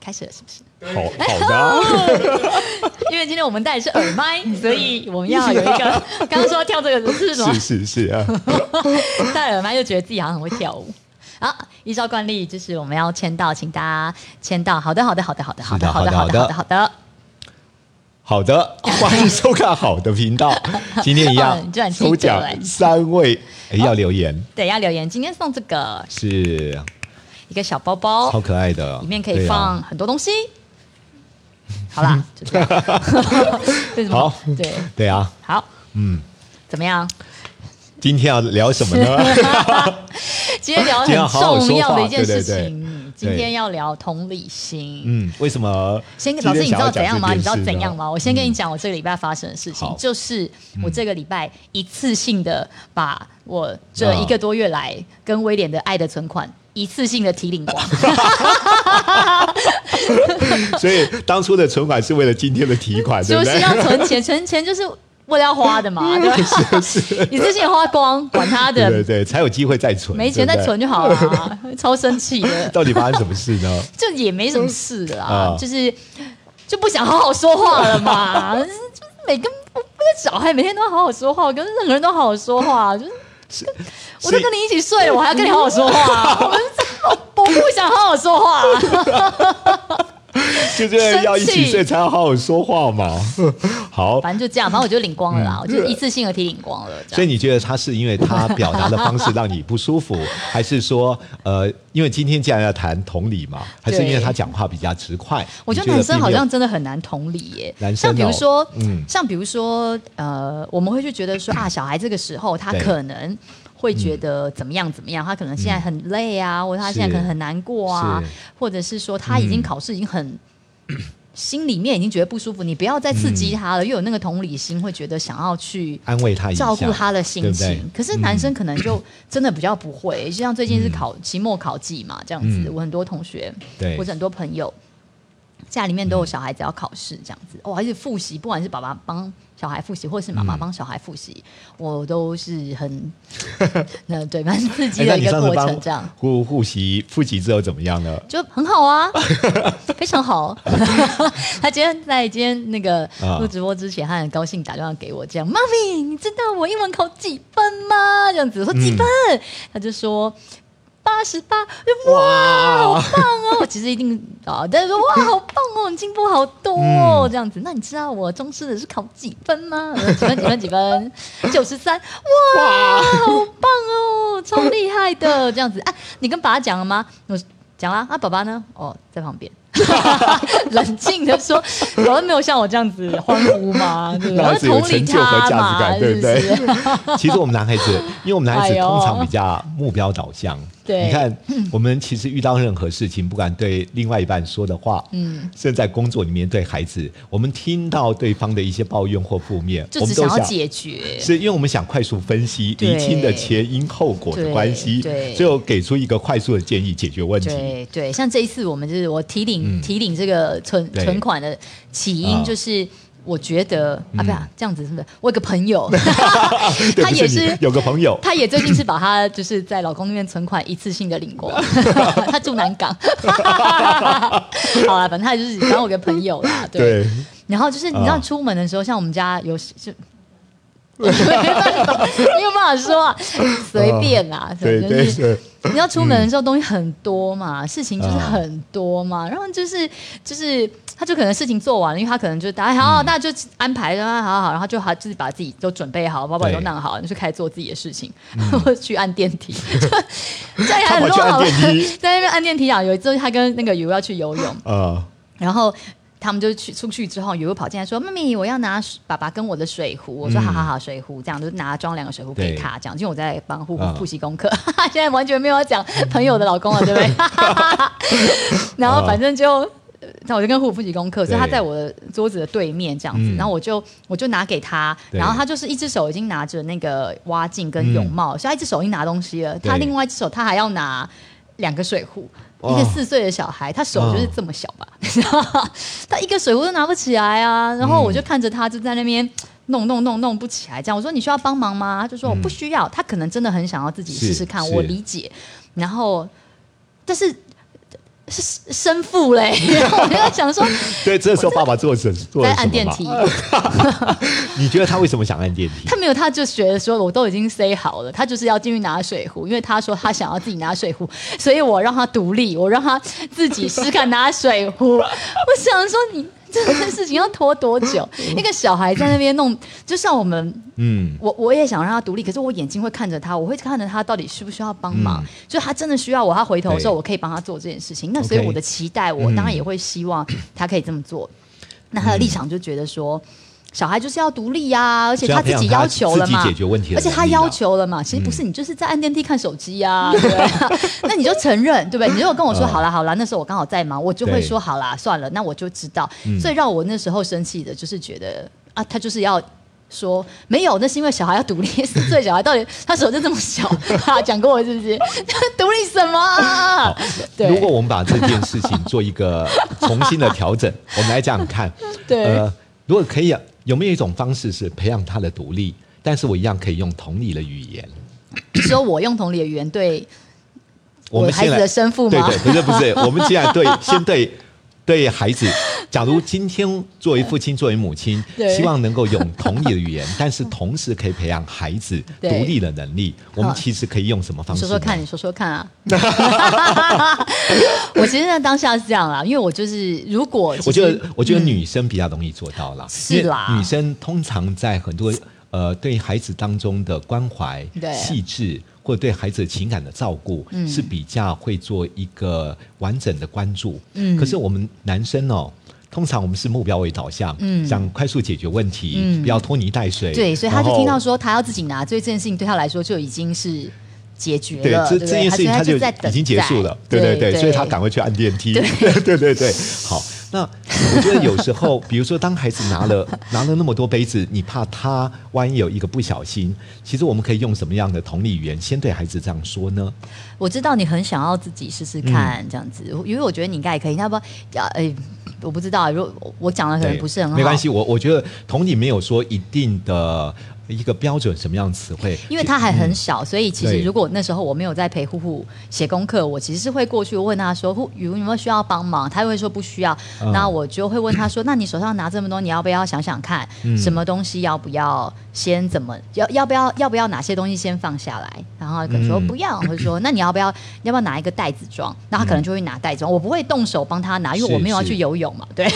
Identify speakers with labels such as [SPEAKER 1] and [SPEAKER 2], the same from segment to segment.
[SPEAKER 1] 开始了，是不是？
[SPEAKER 2] 好好的啊，
[SPEAKER 1] 因为今天我们戴的是耳 麦，所以我们要有一个。刚刚说要跳这个 是什么
[SPEAKER 2] 是？是是啊，
[SPEAKER 1] 戴耳麦就觉得自己好像很会跳舞。好，依照惯例，就是我们要签到，请大家签到。好的，好的，好的，好的，好
[SPEAKER 2] 是的
[SPEAKER 1] 的，好的，好
[SPEAKER 2] 好
[SPEAKER 1] 的，
[SPEAKER 2] 的
[SPEAKER 1] 好的，好的。
[SPEAKER 2] 好的，欢迎收看好的频 道。今天一
[SPEAKER 1] 哦
[SPEAKER 2] 样
[SPEAKER 1] 你居然记得
[SPEAKER 2] 抽
[SPEAKER 1] 哎
[SPEAKER 2] 奖三位，哎要留言
[SPEAKER 1] 对，要留言。今天送这个
[SPEAKER 2] 是
[SPEAKER 1] 一个小包包，
[SPEAKER 2] 超可爱的，
[SPEAKER 1] 哦里面可以
[SPEAKER 2] 对啊
[SPEAKER 1] 放很多东西。好啦，就 这样。 对什么
[SPEAKER 2] 好
[SPEAKER 1] 对，
[SPEAKER 2] 对啊，
[SPEAKER 1] 好，
[SPEAKER 2] 嗯，
[SPEAKER 1] 怎么样？
[SPEAKER 2] 今天要聊什么呢？
[SPEAKER 1] 今天聊
[SPEAKER 2] 啊今天要
[SPEAKER 1] 很
[SPEAKER 2] 好好
[SPEAKER 1] 重
[SPEAKER 2] 说
[SPEAKER 1] 要的
[SPEAKER 2] 话
[SPEAKER 1] 一件
[SPEAKER 2] 对
[SPEAKER 1] 事
[SPEAKER 2] 对对
[SPEAKER 1] 情，今
[SPEAKER 2] 对
[SPEAKER 1] 天要聊同理心。
[SPEAKER 2] 嗯，为什么？
[SPEAKER 1] 先老师，你知道怎样吗？你知道怎样
[SPEAKER 2] 吗？嗯
[SPEAKER 1] 吗？我先跟你讲我这个礼拜发生的事情，
[SPEAKER 2] 好嗯
[SPEAKER 1] 就是我这个礼拜一次性的把我这一个多月来跟威廉的爱的存款一次性的提领 光，
[SPEAKER 2] 所以当初的存款是为了今天的提 款，对
[SPEAKER 1] 就
[SPEAKER 2] 不
[SPEAKER 1] 是
[SPEAKER 2] 对？
[SPEAKER 1] 要存钱，存钱就是为了要花的 嘛，对吧？ 一次性花光，管他
[SPEAKER 2] 对对
[SPEAKER 1] 的，
[SPEAKER 2] 对，才有机会再存，
[SPEAKER 1] 没钱
[SPEAKER 2] 对
[SPEAKER 1] 再
[SPEAKER 2] 不对
[SPEAKER 1] 存。就好了啊，超生气的。
[SPEAKER 2] 到底发生什么事 呢？
[SPEAKER 1] 就也没什么事的啦，
[SPEAKER 2] 啊
[SPEAKER 1] 就是就不想好好说话了嘛。 就是就是每个我那个小孩每天都要好好说话，我跟任何人都好好说话，就是我
[SPEAKER 2] 所
[SPEAKER 1] 都
[SPEAKER 2] 以
[SPEAKER 1] 跟你一起睡了，我还要跟你好好说话，我我不想好好说话、
[SPEAKER 2] 就是要一起睡才要好好说话嘛。 好，
[SPEAKER 1] 反正就这样，反正我就领光了啦，我就一次性的提领光了，这
[SPEAKER 2] 所以
[SPEAKER 1] 样。
[SPEAKER 2] 你觉得他是因为他表达的方式让你不 舒服，还是说呃，因为今天既然要谈同理嘛，还是因为他讲话比较直快？
[SPEAKER 1] 我觉
[SPEAKER 2] 你
[SPEAKER 1] 得男生
[SPEAKER 2] 并
[SPEAKER 1] 好
[SPEAKER 2] 没有
[SPEAKER 1] 像真的很难同理耶，
[SPEAKER 2] 男生
[SPEAKER 1] 像
[SPEAKER 2] 哦
[SPEAKER 1] 比如说，
[SPEAKER 2] 嗯
[SPEAKER 1] 像比如说，呃，我们会去觉得说啊，小孩这个时候他
[SPEAKER 2] 对嗯
[SPEAKER 1] 可能会觉得怎么样怎么样，他可能现在很累啊，或者他
[SPEAKER 2] 是
[SPEAKER 1] 现在可能很难过啊
[SPEAKER 2] 是，嗯
[SPEAKER 1] 或者是说他已经考试已经很。心里面已经觉得不舒服，你不要再刺激他了，又有那个同理心，会觉得想要去
[SPEAKER 2] 安慰嗯他一下，
[SPEAKER 1] 照顾他的
[SPEAKER 2] 对
[SPEAKER 1] 心
[SPEAKER 2] 不
[SPEAKER 1] 情。
[SPEAKER 2] 对嗯
[SPEAKER 1] 可是男生可能就真的比较不会，就像最近是考、期末考季嘛，这样子，
[SPEAKER 2] 嗯
[SPEAKER 1] 我很多同学，
[SPEAKER 2] 对
[SPEAKER 1] 或者很多朋友。家里面都有小孩子要考试，这样子哦，而且复习，不管是爸爸帮小孩复习，或是妈
[SPEAKER 2] 嗯
[SPEAKER 1] 妈帮小孩复习，我都是 很，那对，蛮刺激
[SPEAKER 2] 哎那
[SPEAKER 1] 的一
[SPEAKER 2] 你
[SPEAKER 1] 个
[SPEAKER 2] 上
[SPEAKER 1] 过
[SPEAKER 2] 次
[SPEAKER 1] 程
[SPEAKER 2] 帮，
[SPEAKER 1] 这样
[SPEAKER 2] 复复习复习之后怎么样 呢？
[SPEAKER 1] 就很好啊， 非常好。 他今天在今天那个
[SPEAKER 2] 啊
[SPEAKER 1] 录直播之前，他很高兴打电话给我，这样，妈咪，你知道我英文考几分吗？这样子，我
[SPEAKER 2] 嗯
[SPEAKER 1] 说几分，他就说。八十八，我
[SPEAKER 2] 哇，
[SPEAKER 1] 说棒哦！ 我其实一定啊，但是说哇，好棒哦，你进步好多哦，
[SPEAKER 2] 嗯
[SPEAKER 1] 这样子。那你知道我中师的是考几分吗？我说几分？几分？几分？ 九十三，哇，好棒哦，超厉害的， 这样子。哎、你跟爸爸讲了吗？我说讲啦。啊，爸爸呢？哦，在旁 边。冷静的说，爸爸没有像我这样子欢呼吗？对不对？
[SPEAKER 2] 那
[SPEAKER 1] 我
[SPEAKER 2] 样子有
[SPEAKER 1] 同理
[SPEAKER 2] 成就和
[SPEAKER 1] 他
[SPEAKER 2] 价值
[SPEAKER 1] 嘛，
[SPEAKER 2] 感
[SPEAKER 1] 是
[SPEAKER 2] 对
[SPEAKER 1] 不
[SPEAKER 2] 不
[SPEAKER 1] 是
[SPEAKER 2] 对？ 其实我们男孩子，因为我们男孩子
[SPEAKER 1] 哎呦
[SPEAKER 2] 通常比较目标导向。
[SPEAKER 1] 对
[SPEAKER 2] 你看，我们其实遇到任何事情，不管对另外一半说的话，嗯，甚至在工作里面对孩子，我们听到对方的一些抱怨或负面，
[SPEAKER 1] 就
[SPEAKER 2] 我
[SPEAKER 1] 只
[SPEAKER 2] 们
[SPEAKER 1] 想
[SPEAKER 2] 都
[SPEAKER 1] 要解决。
[SPEAKER 2] 是因为我们想快速分析、
[SPEAKER 1] 对
[SPEAKER 2] 厘清的前因后果的关系
[SPEAKER 1] 对对，
[SPEAKER 2] 最后给出一个快速的建议解决问题。
[SPEAKER 1] 对对，像这一次我们就是我提领、提领这个存
[SPEAKER 2] 嗯对
[SPEAKER 1] 存款的起因
[SPEAKER 2] 啊嗯
[SPEAKER 1] 就是。我觉得啊，不是、啊、这样子，是不是？我有个朋 友，
[SPEAKER 2] 对
[SPEAKER 1] 他
[SPEAKER 2] 不
[SPEAKER 1] 也
[SPEAKER 2] 你
[SPEAKER 1] 是，
[SPEAKER 2] 有个朋友，
[SPEAKER 1] 他也最近是把他就是在老公那边存款一次性的领 光，他住南港， 好啦，反正他就是，反正我有个朋友啦， 对。
[SPEAKER 2] 对，
[SPEAKER 1] 然后就是你知道
[SPEAKER 2] 啊
[SPEAKER 1] 出门的时候，像我们家有就。没办法，没有办法说啊，随便啦，
[SPEAKER 2] 对
[SPEAKER 1] 就
[SPEAKER 2] 对
[SPEAKER 1] 是
[SPEAKER 2] 对
[SPEAKER 1] 你要出门
[SPEAKER 2] 嗯
[SPEAKER 1] 的时候东西很多嘛，事情
[SPEAKER 2] 啊
[SPEAKER 1] 就是很多嘛，然后就是就是他就可能事情做完了，因为他可能就大家哎
[SPEAKER 2] 嗯
[SPEAKER 1] 好，大家就安排啊，好好，然后就他自己把自己都准备好，包包也都
[SPEAKER 2] 对
[SPEAKER 1] 弄好，你就开始做自己的事情， 或去按电梯， 在
[SPEAKER 2] 干嗯嘛去按电梯
[SPEAKER 1] 在那边按电梯啊，有一次他跟那个雨薇要去游泳，
[SPEAKER 2] 呃，
[SPEAKER 1] 然后他们就去出去之后，有个跑进来说：“妈咪，我要拿水爸爸跟我的水壶。”我说：“
[SPEAKER 2] 嗯
[SPEAKER 1] 好
[SPEAKER 2] 啊
[SPEAKER 1] 好好，水壶这样，就拿装两个水壶给
[SPEAKER 2] 对
[SPEAKER 1] 他这样，因为我在帮户
[SPEAKER 2] 啊
[SPEAKER 1] 复习功课，现在完全没有要讲朋友的老公了，对不 对？ 然后反正就。”那我就跟户复习功课，所以他
[SPEAKER 2] 对
[SPEAKER 1] 在我的桌子的对面这样子，
[SPEAKER 2] 嗯
[SPEAKER 1] 然后我就我就拿给他，
[SPEAKER 2] 对嗯
[SPEAKER 1] 然后他就是一只手已经拿着那个蛙镜跟泳帽，所以他一只手已经拿东西了，他
[SPEAKER 2] 对
[SPEAKER 1] 另外一只手他还要拿两个水壶，一
[SPEAKER 2] 哦
[SPEAKER 1] 个四岁的小孩，他手就是这么小吧， 他一个水壶都拿不起来啊。然后我就
[SPEAKER 2] 嗯
[SPEAKER 1] 看着他就在那边弄弄弄弄不起来，这样我说你需要帮忙吗？他就说我不需要，他可能真的很想要自己试试看，
[SPEAKER 2] 是
[SPEAKER 1] 我
[SPEAKER 2] 是
[SPEAKER 1] 理解。然后，但是生生父嘞， 然后我就在想 说，
[SPEAKER 2] 对，这时候爸爸做了什做了
[SPEAKER 1] 在
[SPEAKER 2] 什么
[SPEAKER 1] 按
[SPEAKER 2] 嘛
[SPEAKER 1] 电梯，
[SPEAKER 2] 你觉得他为什么想按电梯？
[SPEAKER 1] 他没有，他就觉得说，我都已经塞好了，他就是要进去拿水壶，因为他说他想要自己拿水壶， 所以我让他独立，我让他自己试看拿水壶。 我想说你。这件事情要拖多久？一个小孩在那边弄，就像我们
[SPEAKER 2] 嗯，
[SPEAKER 1] 我我也想让他独立，可是我眼睛会看着他，我会看着他到底需不需要帮忙。
[SPEAKER 2] 嗯
[SPEAKER 1] 就他真的需要我，他回头的时候，
[SPEAKER 2] 对
[SPEAKER 1] 我可以帮他做这件事情。那所以
[SPEAKER 2] OK
[SPEAKER 1] 我的期待，我
[SPEAKER 2] 嗯
[SPEAKER 1] 当然也会希望他可以这么做。那他的立场就觉得说。小孩就是要独立呀、而且
[SPEAKER 2] 就要
[SPEAKER 1] 自己
[SPEAKER 2] 培养他
[SPEAKER 1] 要求了嘛，
[SPEAKER 2] 自己解决问题的
[SPEAKER 1] 而且他
[SPEAKER 2] 能力啊
[SPEAKER 1] 要求了嘛。其实不是，你就是在按电梯看手机呀、对不对 那你就承认，对不对？你如果跟我说
[SPEAKER 2] 嗯
[SPEAKER 1] 好啦好啦，那时候我刚好在忙，我就会
[SPEAKER 2] 对
[SPEAKER 1] 说好啦算了，那我就知道。
[SPEAKER 2] 嗯
[SPEAKER 1] 所以让我那时候生气的就是觉得啊，他就是要说没有，那是因为小孩要独立，四岁小孩到底他手就这么 小，啊、讲过我是不是？独立什么啊？ 对，
[SPEAKER 2] 如果我们把这件事情做一个重新的 调整，我们来讲看，
[SPEAKER 1] 对
[SPEAKER 2] 呃，如果可以，有没有一种方式是培养他的独立，但是我一样可以用同理的语言？
[SPEAKER 1] 说我用同理的语言对
[SPEAKER 2] 我们
[SPEAKER 1] 孩
[SPEAKER 2] 先
[SPEAKER 1] 子
[SPEAKER 2] 来
[SPEAKER 1] 的生父
[SPEAKER 2] 对
[SPEAKER 1] 吗？
[SPEAKER 2] 对，不是不是，我们既然对先对对孩子，假如今天作为父亲作为母亲
[SPEAKER 1] 对，
[SPEAKER 2] 希望能够用同理的语言，但是同时可以培养孩子
[SPEAKER 1] 对
[SPEAKER 2] 独立的能力，我们
[SPEAKER 1] 好
[SPEAKER 2] 其实可以用什么方
[SPEAKER 1] 你
[SPEAKER 2] 式
[SPEAKER 1] 说说
[SPEAKER 2] 呢？
[SPEAKER 1] 看，你说说看 啊！我其实在当下是这样啦，因为我就是如果其实嗯
[SPEAKER 2] 我觉得，我觉得女生比较容易做到啦，
[SPEAKER 1] 是啦
[SPEAKER 2] 因为女生通常在很多呃对孩子当中的关怀
[SPEAKER 1] 对、
[SPEAKER 2] 细致，或者对孩子情感的照顾，
[SPEAKER 1] 嗯
[SPEAKER 2] 是比较会做一个完整的关注。
[SPEAKER 1] 嗯
[SPEAKER 2] 可是我们男生哦。通常我们是目标为导向，
[SPEAKER 1] 嗯
[SPEAKER 2] 想快速解决问题，
[SPEAKER 1] 嗯
[SPEAKER 2] 不要拖泥带水。
[SPEAKER 1] 对，所以他
[SPEAKER 2] 然
[SPEAKER 1] 就
[SPEAKER 2] 后
[SPEAKER 1] 听到说他要自己拿，所以这件事情对他来说就已经是解决
[SPEAKER 2] 对
[SPEAKER 1] 了，，
[SPEAKER 2] 这
[SPEAKER 1] 对不
[SPEAKER 2] 这
[SPEAKER 1] 对
[SPEAKER 2] 件事
[SPEAKER 1] 所
[SPEAKER 2] 情
[SPEAKER 1] 以
[SPEAKER 2] 他
[SPEAKER 1] 他
[SPEAKER 2] 就
[SPEAKER 1] 在等
[SPEAKER 2] 已经结束了，
[SPEAKER 1] 待
[SPEAKER 2] 对
[SPEAKER 1] 对
[SPEAKER 2] 对对，所以他赶快去按电梯， 对对对对。好，那我觉得有时候，比如说当孩子拿了拿了那么多杯子，你怕他万一有一个不小心，其实我们可以用什么样的同理语言先对孩子这样说呢？
[SPEAKER 1] 我知道你很想要自己试试
[SPEAKER 2] 嗯
[SPEAKER 1] 看、这样子，因为我觉得你应该也可以。要不要？呃，我不知道，如果我讲的可能
[SPEAKER 2] 对，
[SPEAKER 1] 不是很好，
[SPEAKER 2] 没关系，我我觉得同理没有说一定的一个标准什么样的词汇，
[SPEAKER 1] 因为他还很小，所以其实
[SPEAKER 2] 嗯对
[SPEAKER 1] 如果那时候我没有在陪呼呼写功课，我其实是会过去问他说：“呼，语文有没有需要帮忙？”他会说不需要，
[SPEAKER 2] 嗯
[SPEAKER 1] 那我就会问他说：“那你手上拿这么多，你要不要想想看，
[SPEAKER 2] 嗯
[SPEAKER 1] 什么东西要不要先怎么要要不要要不要哪些东西先放下来？”然后可能说
[SPEAKER 2] 嗯
[SPEAKER 1] 不要，或者说那你要不要要不要拿一个袋子装？那他可能就会拿袋子装，我不会动手帮他拿，因为
[SPEAKER 2] 是
[SPEAKER 1] 我没有要
[SPEAKER 2] 是啊
[SPEAKER 1] 去游泳嘛， 对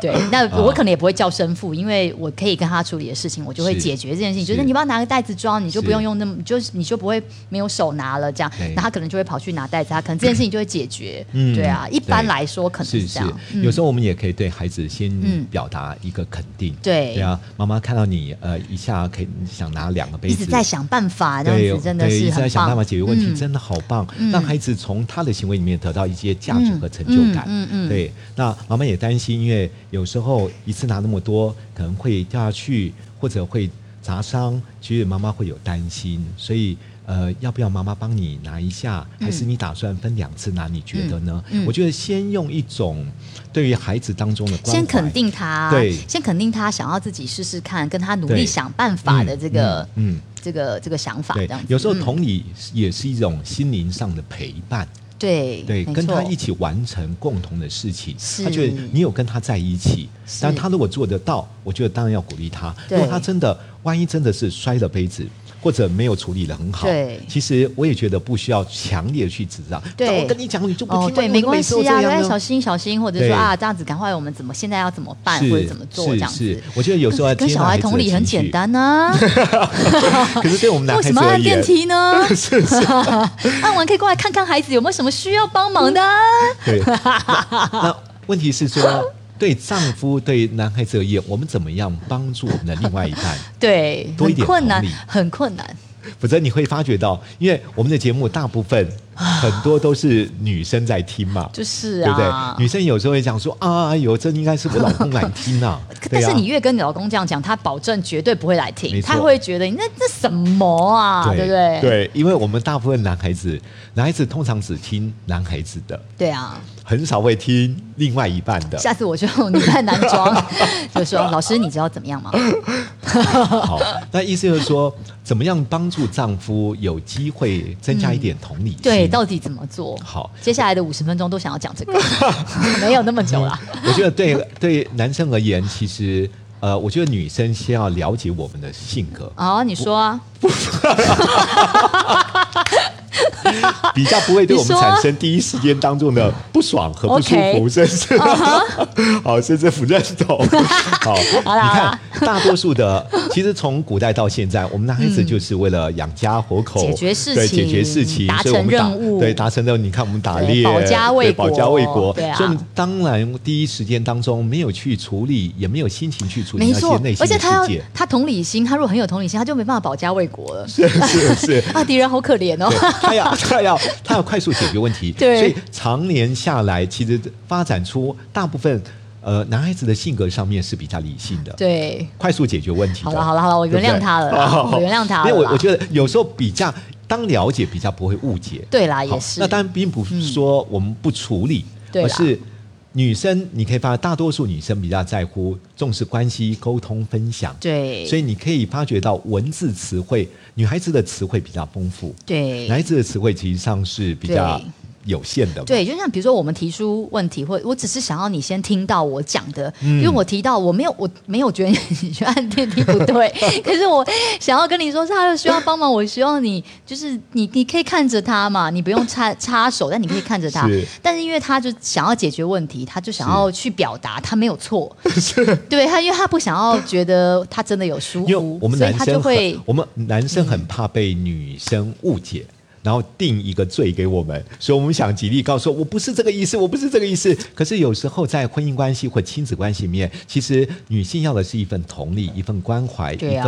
[SPEAKER 1] 对，那我可能也不会叫生父，因为我可以跟他处理的事情，我就会
[SPEAKER 2] 是
[SPEAKER 1] 解决这件事情，就是
[SPEAKER 2] 是
[SPEAKER 1] 你帮他拿个袋子装，你就不
[SPEAKER 2] 是
[SPEAKER 1] 用用。用那么就是你就不会没有手拿了这样，
[SPEAKER 2] 对
[SPEAKER 1] 然后他可能就会跑去拿袋子，他可能这件事情就会解决。
[SPEAKER 2] 嗯
[SPEAKER 1] 对啊，一般
[SPEAKER 2] 对
[SPEAKER 1] 来说可能
[SPEAKER 2] 是
[SPEAKER 1] 这
[SPEAKER 2] 是
[SPEAKER 1] 样。，嗯
[SPEAKER 2] 有时候我们也可以对孩子先
[SPEAKER 1] 嗯
[SPEAKER 2] 表达一个肯定。
[SPEAKER 1] 对
[SPEAKER 2] 对啊，妈妈看到你呃一下可以想拿两个杯
[SPEAKER 1] 一
[SPEAKER 2] 子，
[SPEAKER 1] 直在想办法，这
[SPEAKER 2] 对
[SPEAKER 1] 啊样子真的
[SPEAKER 2] 对一
[SPEAKER 1] 是
[SPEAKER 2] 直在
[SPEAKER 1] 很
[SPEAKER 2] 想办
[SPEAKER 1] 棒
[SPEAKER 2] 法。解决问题，
[SPEAKER 1] 嗯
[SPEAKER 2] 真的好棒，
[SPEAKER 1] 嗯
[SPEAKER 2] 让孩子从他的行为里面得到一些价值和成就感。
[SPEAKER 1] 嗯嗯嗯嗯
[SPEAKER 2] 对，那妈妈也担心，因为有时候一次拿那么多，可能会掉下去，或者会砸伤，其实妈妈会有担心，所以。呃，要不要妈妈帮你拿一下？还是你打算分两次拿？你觉得呢？
[SPEAKER 1] 嗯嗯嗯
[SPEAKER 2] 我觉得先用一种对于孩子当中的关怀，
[SPEAKER 1] 先肯定他，
[SPEAKER 2] 对
[SPEAKER 1] 先肯定他想要自己试试看，跟他努力
[SPEAKER 2] 对
[SPEAKER 1] 想办法的这个、
[SPEAKER 2] 嗯嗯嗯
[SPEAKER 1] 这个这个想法，这
[SPEAKER 2] 对
[SPEAKER 1] 样子。，
[SPEAKER 2] 有时候
[SPEAKER 1] 嗯
[SPEAKER 2] 同理也是一种心灵上的陪伴。
[SPEAKER 1] 对
[SPEAKER 2] 对，
[SPEAKER 1] 没
[SPEAKER 2] 跟他
[SPEAKER 1] 错
[SPEAKER 2] 一起完成共同的事情，
[SPEAKER 1] 是
[SPEAKER 2] 他觉得你有跟他在一起，
[SPEAKER 1] 是
[SPEAKER 2] 但他如果做得到，我觉得当然要鼓励他。如
[SPEAKER 1] 对
[SPEAKER 2] 果他真的万一真的是摔了杯子。或者没有处理的很好
[SPEAKER 1] 对，
[SPEAKER 2] 其实我也觉得不需要强烈地去指导。
[SPEAKER 1] 对
[SPEAKER 2] 但我跟你讲，你就不听
[SPEAKER 1] 哦，
[SPEAKER 2] 嘛
[SPEAKER 1] 对，
[SPEAKER 2] 你
[SPEAKER 1] 没
[SPEAKER 2] 怎么每
[SPEAKER 1] 关
[SPEAKER 2] 次都
[SPEAKER 1] 系
[SPEAKER 2] 这
[SPEAKER 1] 啊，
[SPEAKER 2] 样
[SPEAKER 1] 对，
[SPEAKER 2] 呢
[SPEAKER 1] 小心小心，或者
[SPEAKER 2] 对
[SPEAKER 1] 说啊，这样子赶快，我们怎么现在要怎么办，或者怎么做
[SPEAKER 2] 是
[SPEAKER 1] 这样子
[SPEAKER 2] 是。我觉得有时候 要
[SPEAKER 1] 跟
[SPEAKER 2] 接纳
[SPEAKER 1] 小
[SPEAKER 2] 孩
[SPEAKER 1] 孩
[SPEAKER 2] 子的
[SPEAKER 1] 同理很
[SPEAKER 2] 情
[SPEAKER 1] 简
[SPEAKER 2] 绪，
[SPEAKER 1] 单啊，
[SPEAKER 2] 可是对我们 男
[SPEAKER 1] 为
[SPEAKER 2] 孩
[SPEAKER 1] 什
[SPEAKER 2] 子
[SPEAKER 1] 么要
[SPEAKER 2] 而
[SPEAKER 1] 按电
[SPEAKER 2] 言，
[SPEAKER 1] 梯呢？
[SPEAKER 2] 是是，
[SPEAKER 1] 按完可以过来看看孩子有没有什么需要帮忙 的啊、
[SPEAKER 2] 对，那那问题是说，对丈夫、对男孩子而言，我们怎么样帮助我们的另外一半？
[SPEAKER 1] 对，
[SPEAKER 2] 多一
[SPEAKER 1] 很
[SPEAKER 2] 点
[SPEAKER 1] 困难
[SPEAKER 2] 同理，
[SPEAKER 1] 很困难。
[SPEAKER 2] 否则你会发觉到，因为我们的节目大部分很多都是女生在听嘛，
[SPEAKER 1] 啊就是
[SPEAKER 2] 对不对
[SPEAKER 1] 啊，？
[SPEAKER 2] 女生有时候会讲说啊，哎呦，这应该是我老公来听啊
[SPEAKER 1] 可。但
[SPEAKER 2] 对啊
[SPEAKER 1] 是你越跟你老公这样讲，他保证绝对不会来听，
[SPEAKER 2] 没错
[SPEAKER 1] 他会觉得你那这什么啊，对不对？
[SPEAKER 2] 对，因为我们大部分男孩子，男孩子通常只听男孩子的，
[SPEAKER 1] 对啊，
[SPEAKER 2] 很少会听另外一半的。
[SPEAKER 1] 下次我就你在男 装，就说老师你知道怎么样吗？
[SPEAKER 2] 好，那意思就是说，怎么样帮助丈夫有机会增加一点同理心？
[SPEAKER 1] 对对，到底怎么做？
[SPEAKER 2] 好，
[SPEAKER 1] 接下来的五十分钟都想要讲 这个，没有那么久啦。
[SPEAKER 2] 我觉得对对男生而言，其实呃，我觉得女生先要了解我们的性格，
[SPEAKER 1] 哦，你说啊，
[SPEAKER 2] 比较不会对我
[SPEAKER 1] 你
[SPEAKER 2] 们
[SPEAKER 1] 说啊
[SPEAKER 2] 产生第一时间当中的不爽和不舒
[SPEAKER 1] OK 嗯
[SPEAKER 2] 服，甚至 好甚至不认同。好，
[SPEAKER 1] 好啦
[SPEAKER 2] 你看，大多数的其实从古代到现在，我们男孩子就是为了养家活口，
[SPEAKER 1] 解决事
[SPEAKER 2] 对
[SPEAKER 1] 情
[SPEAKER 2] 解决事情，
[SPEAKER 1] 达
[SPEAKER 2] 所以我们
[SPEAKER 1] 成
[SPEAKER 2] 打
[SPEAKER 1] 任务
[SPEAKER 2] 对达成任务。你看我们打
[SPEAKER 1] 对
[SPEAKER 2] 猎，
[SPEAKER 1] 保家卫
[SPEAKER 2] 对保家
[SPEAKER 1] 国
[SPEAKER 2] 卫国，
[SPEAKER 1] 对啊
[SPEAKER 2] 所以我们当然第一时间当中没有去处理，也没有心情去处理
[SPEAKER 1] 没
[SPEAKER 2] 那些
[SPEAKER 1] 错
[SPEAKER 2] 内，心
[SPEAKER 1] 而且
[SPEAKER 2] 的
[SPEAKER 1] 他要
[SPEAKER 2] 世界。
[SPEAKER 1] 他同理心，他如果很有同理心，他就没办法保家卫国了。
[SPEAKER 2] 是是是，
[SPEAKER 1] 啊，敌人好可怜哦。
[SPEAKER 2] 对他要他要他要快速解决问题，
[SPEAKER 1] 对
[SPEAKER 2] 所以常年下来，其实发展出大部分呃男孩子的性格上面是比较理性的，，
[SPEAKER 1] 对，
[SPEAKER 2] 快速解决问题的。
[SPEAKER 1] 好了好了好了，我原谅他了啦，
[SPEAKER 2] 对不对哦
[SPEAKER 1] 我原谅他了啦。
[SPEAKER 2] 因为我我觉得有时候比较当了解比较不会误解，
[SPEAKER 1] 对啦，
[SPEAKER 2] 好
[SPEAKER 1] 啊也是。嗯
[SPEAKER 2] 那当然并不是说我们不处理，
[SPEAKER 1] 对
[SPEAKER 2] 而
[SPEAKER 1] 啦
[SPEAKER 2] 是女生你可以发现，大多数女生比较在乎重视关系、沟通、分享。
[SPEAKER 1] 对，
[SPEAKER 2] 所
[SPEAKER 1] 以
[SPEAKER 2] 以你可以发觉到文字词汇，女孩子的词汇比较丰富，
[SPEAKER 1] 对，
[SPEAKER 2] 来自的词汇其实上是比较
[SPEAKER 1] 对
[SPEAKER 2] 有限的嘛。
[SPEAKER 1] 对，就像比如说我们提出问题，或我只是想要你先听到我讲的，
[SPEAKER 2] 嗯
[SPEAKER 1] 因为我提到我没有我没有觉得你去按电梯不 对，可是我想要跟你说，他有需要帮忙，我希望你就是你你可以看着他嘛，你不用插插手，但你可以看着他
[SPEAKER 2] 是。
[SPEAKER 1] 但是因为他就想要解决问题，他就想要去表达他没有 错，对他，因为他不想要觉得他真的有疏
[SPEAKER 2] 因
[SPEAKER 1] 忽
[SPEAKER 2] 为，我们
[SPEAKER 1] 所以
[SPEAKER 2] 男
[SPEAKER 1] 他就
[SPEAKER 2] 生
[SPEAKER 1] 会嗯
[SPEAKER 2] 很，我们男生很怕被女生误解。然后定一个罪给我们，所以我们想极力告诉我不是这个意思，我不是这个意思。可是有时候在婚姻关系或亲子关系里面，其实女性要的是一份同理、一份关怀、
[SPEAKER 1] 对啊
[SPEAKER 2] 一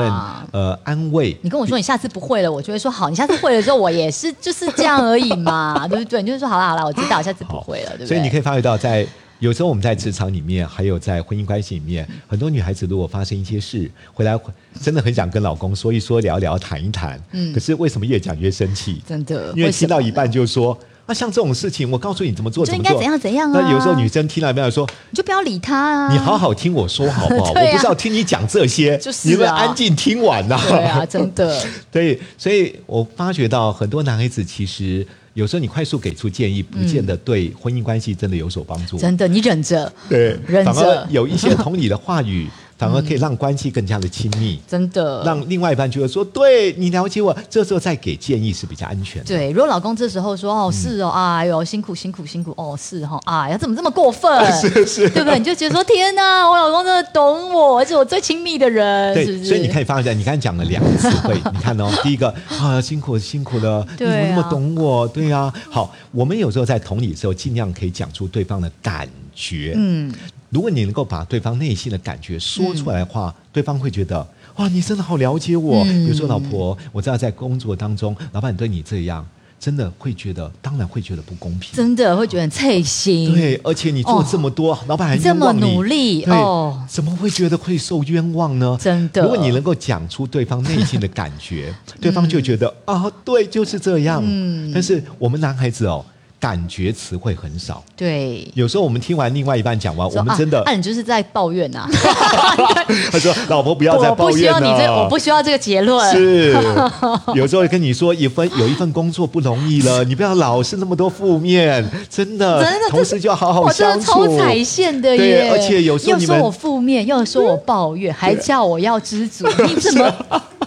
[SPEAKER 2] 份呃安慰。
[SPEAKER 1] 你跟我说你下次不会了，我就会说好，你下次会了之后，我也是就是这样而已嘛，对不对？你就会说好啦好啦，我知道，下次不
[SPEAKER 2] 好，
[SPEAKER 1] 会了，对不对？
[SPEAKER 2] 所以你可
[SPEAKER 1] 以
[SPEAKER 2] 以发觉到在，有时候我们在职场里面，还有在婚姻关系里面，很多女孩子如果发生一些事，回来真的很想跟老公说一说、聊一聊、谈一谈。
[SPEAKER 1] 嗯
[SPEAKER 2] 可是为什么越讲越生气？
[SPEAKER 1] 真的，
[SPEAKER 2] 因为听到
[SPEAKER 1] 什么
[SPEAKER 2] 一半就说。啊，像这种事情，我告诉你怎么做，
[SPEAKER 1] 就
[SPEAKER 2] 怎
[SPEAKER 1] 应
[SPEAKER 2] 么
[SPEAKER 1] 该
[SPEAKER 2] 做，
[SPEAKER 1] 怎样怎样啊
[SPEAKER 2] 那有时候女生听到一半说：“
[SPEAKER 1] 你就不要理他啊，
[SPEAKER 2] 你好，好听我说 好不好？
[SPEAKER 1] 对啊
[SPEAKER 2] 我不是要听你讲这些，
[SPEAKER 1] 就是啊
[SPEAKER 2] 你们安静听完呐、
[SPEAKER 1] 对啊，真的，
[SPEAKER 2] 对，所以我发觉到很多男孩子其实有时候你快速给出建议，不见得对婚姻关系真的有所帮助。
[SPEAKER 1] 嗯真的，你忍着，
[SPEAKER 2] 对，
[SPEAKER 1] 忍
[SPEAKER 2] 反而
[SPEAKER 1] 着，
[SPEAKER 2] 有一些同理的 话语，反而可以让关系更加的亲密，
[SPEAKER 1] 真的，
[SPEAKER 2] 让另外一半觉得说，对你了解我，这时候再给建议是比较安全的。
[SPEAKER 1] 对，如果老公这时候说：“哦，是哦，哎呦，辛苦辛苦辛苦，哦，是哦，哎呀，怎么这么过分？是是，对不对？”你就觉得说：“天哪，我老公真的懂我，而且我最亲密的人，是不是？”
[SPEAKER 2] 所以你可以发现，你刚才讲了两个词 汇，你看哦，第一个啊，辛苦辛苦了，你
[SPEAKER 1] 对
[SPEAKER 2] 怎
[SPEAKER 1] 啊
[SPEAKER 2] 么那么懂我？对啊，好，我们有时候在同理的时候，尽量可以讲出对方的感觉，
[SPEAKER 1] 嗯，
[SPEAKER 2] 如果你能够把对方内心的感觉说出来的话，对方会觉得哇，你真的好了解我。
[SPEAKER 1] 嗯
[SPEAKER 2] 比如说，老婆，我知道在工作当中，老板对你这样，真的会觉得，当然会觉得不公平。
[SPEAKER 1] 真的会觉得很脆心。
[SPEAKER 2] 对，而且你做这么多，老板还冤枉你
[SPEAKER 1] 这么努力
[SPEAKER 2] 对
[SPEAKER 1] 哦
[SPEAKER 2] 怎么会觉得会受冤枉呢？
[SPEAKER 1] 真的
[SPEAKER 2] 如果你能够讲出对方内心的感 觉，对方就觉得啊，对，就是这样。
[SPEAKER 1] 嗯
[SPEAKER 2] 但是我们男孩子哦，感觉词汇很少。
[SPEAKER 1] 对，
[SPEAKER 2] 有时候我们听完另外一半讲完，
[SPEAKER 1] 说
[SPEAKER 2] 我们真的
[SPEAKER 1] 啊，那、你就是在抱怨呐、
[SPEAKER 2] 他说：“老 婆，不要再
[SPEAKER 1] 我
[SPEAKER 2] 抱
[SPEAKER 1] 不需
[SPEAKER 2] 怨
[SPEAKER 1] 要你
[SPEAKER 2] 了。
[SPEAKER 1] 这，我不需要这个结论。
[SPEAKER 2] 是，有时候跟你说一份有一份工作不容易了，你不要老是那么多负面，真的，
[SPEAKER 1] 真的
[SPEAKER 2] 同事就要好好
[SPEAKER 1] 我真
[SPEAKER 2] 相
[SPEAKER 1] 的超
[SPEAKER 2] 处。
[SPEAKER 1] 踩线的
[SPEAKER 2] 对
[SPEAKER 1] 耶！
[SPEAKER 2] 而且有时候
[SPEAKER 1] 又
[SPEAKER 2] 你
[SPEAKER 1] 说
[SPEAKER 2] 们
[SPEAKER 1] 我负面，又说我抱怨，还叫我要知 足，你怎么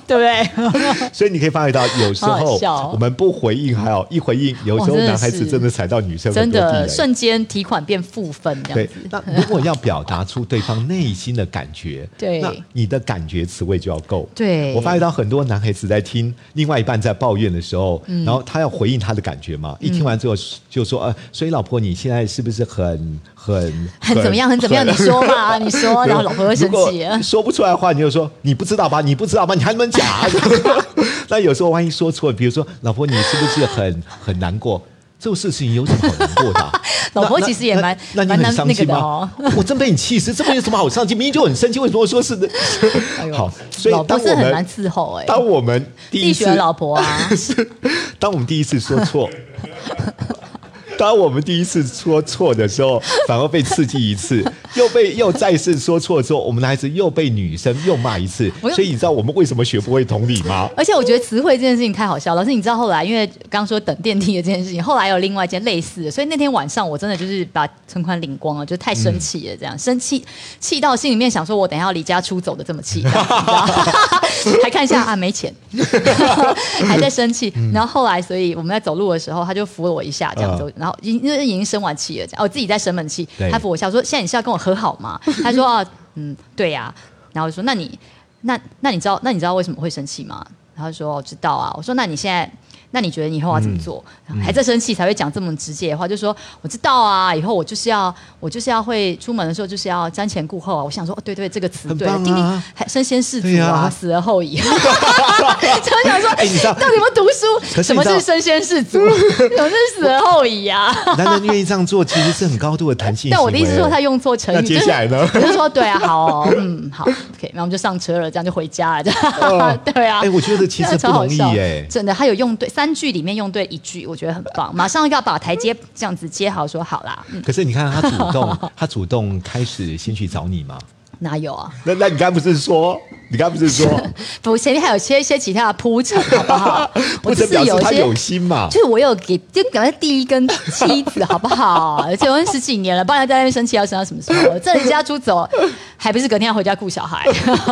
[SPEAKER 1] 对不对？
[SPEAKER 2] 所以你可以发觉到，有时
[SPEAKER 1] 好好
[SPEAKER 2] 候
[SPEAKER 1] 笑哦
[SPEAKER 2] 我们不回应，还好一回应，有时
[SPEAKER 1] 哇
[SPEAKER 2] 候
[SPEAKER 1] 真的
[SPEAKER 2] 男孩子
[SPEAKER 1] 是
[SPEAKER 2] 真的踩到女生
[SPEAKER 1] 真
[SPEAKER 2] 很多地啊
[SPEAKER 1] 的
[SPEAKER 2] 雷。
[SPEAKER 1] 瞬间提款变负分这样
[SPEAKER 2] 对
[SPEAKER 1] 子。，
[SPEAKER 2] 那如果要表达出对方内心的感觉，
[SPEAKER 1] 对
[SPEAKER 2] 那你的感觉词汇就要够。
[SPEAKER 1] 对
[SPEAKER 2] 我发觉到很多男孩子在听另外一半在抱怨的时候，
[SPEAKER 1] 嗯
[SPEAKER 2] 然后他要回应他的感觉嘛，一听完之后就说：“呃，所以老婆你现在是不是很很
[SPEAKER 1] 很怎么样，很怎么样？你说嘛，你说，哦然后老婆会生
[SPEAKER 2] 如果
[SPEAKER 1] 气。啊
[SPEAKER 2] 说不出来的话，你就说你不知道吧，你不知道吧，你还能讲？ 那有时候万一说错，比如说老婆，你是不是很很难过？这种事情有什么好难过的啊、
[SPEAKER 1] 老婆
[SPEAKER 2] 那
[SPEAKER 1] 其实也
[SPEAKER 2] 那
[SPEAKER 1] 蛮
[SPEAKER 2] 那那
[SPEAKER 1] 蛮
[SPEAKER 2] 你
[SPEAKER 1] 难
[SPEAKER 2] 很伤
[SPEAKER 1] 那个
[SPEAKER 2] 心
[SPEAKER 1] 的
[SPEAKER 2] 吗？
[SPEAKER 1] 哦
[SPEAKER 2] 我真被你气死，这没有什么好伤心，明明就很生气，为什么会说是 的？
[SPEAKER 1] 哎呦
[SPEAKER 2] 好，所以
[SPEAKER 1] 老婆
[SPEAKER 2] 当
[SPEAKER 1] 是
[SPEAKER 2] 我
[SPEAKER 1] 很难
[SPEAKER 2] 们
[SPEAKER 1] 伺候哎、
[SPEAKER 2] 当我们第
[SPEAKER 1] 自己
[SPEAKER 2] 一次
[SPEAKER 1] 选老婆啊，
[SPEAKER 2] 是，当我们第一次说 错，当我们第一次说错的时候，反而被刺激一次，又被又再次说错之后，我们的孩子又被女生又骂一次。
[SPEAKER 1] 我又
[SPEAKER 2] 所以你知道我们为什么学不会同理 吗？
[SPEAKER 1] 而且我觉得词汇这件事情太好笑，老师，你知道后来因为刚刚说等电梯的这件事情，后来有另外一件类似的，所以那天晚上我真的就是把存款领光了，就太生气了，这样、生气气到心里面想说，我等一下要离家出走的这么气，这样你知道 还看一下啊没钱， 还在生气。然后后来，所以我们在走路的时候，他就扶了我一下，这样子，
[SPEAKER 2] 嗯
[SPEAKER 1] 然后已因为已经生完气了，这样哦自己在生闷气
[SPEAKER 2] 对，
[SPEAKER 1] 他扶我一下，我说现在你是要跟我和好吗？ 他说啊，嗯，对呀、然后我说那你那那你知道那你知道为什么会生气吗？然后他说我知道啊。我说那你现在那你觉得你以后要怎么做？
[SPEAKER 2] 嗯
[SPEAKER 1] 然后还在生气才会讲这么直接的话，就说我知道啊，以后我就是要我就是要会出门的时候就是要瞻前顾后啊。我想说哦，对对，这个词
[SPEAKER 2] 很
[SPEAKER 1] 对，
[SPEAKER 2] 棒
[SPEAKER 1] 丁丁
[SPEAKER 2] 啊
[SPEAKER 1] 还身先士卒
[SPEAKER 2] 对
[SPEAKER 1] 啊，
[SPEAKER 2] 啊
[SPEAKER 1] 死而后 已。就想说，
[SPEAKER 2] 哎你知道
[SPEAKER 1] 到底有没有读书？
[SPEAKER 2] 可是
[SPEAKER 1] 什
[SPEAKER 2] 你
[SPEAKER 1] 么
[SPEAKER 2] 知道
[SPEAKER 1] 是身先士 卒？什么是死而后已啊？
[SPEAKER 2] 男人愿意这样做，其实是很高度的弹性行为。
[SPEAKER 1] 但我的意思是说，他用错成语。
[SPEAKER 2] 那接下来呢
[SPEAKER 1] 就是我就说对啊，好哦、嗯，好，OK，然后我们 就上车了，这样就回家了，这样。 对啊，
[SPEAKER 2] 哎我觉得其实不容易
[SPEAKER 1] 真的超好笑
[SPEAKER 2] 哎
[SPEAKER 1] 真的，他有用对三句里面用对一句，我觉得很棒，马上要把台阶这样子接好，说好啦，嗯，
[SPEAKER 2] 可是你看他主 动，他主动开始先去找你嘛？
[SPEAKER 1] 哪有啊？
[SPEAKER 2] 那那你刚不是说，你刚不是说，？
[SPEAKER 1] 不，前面还有些一些其他的铺陈，好不好
[SPEAKER 2] 不
[SPEAKER 1] 我只
[SPEAKER 2] 是
[SPEAKER 1] 是
[SPEAKER 2] 表示
[SPEAKER 1] 有一
[SPEAKER 2] 他
[SPEAKER 1] 些
[SPEAKER 2] 有心嘛？
[SPEAKER 1] 就是我有给，就赶快第一根妻子，好不好？结婚十几年了，不然在那边生气要生到什么时候？这离家出走，还不是隔天要回家顾小孩？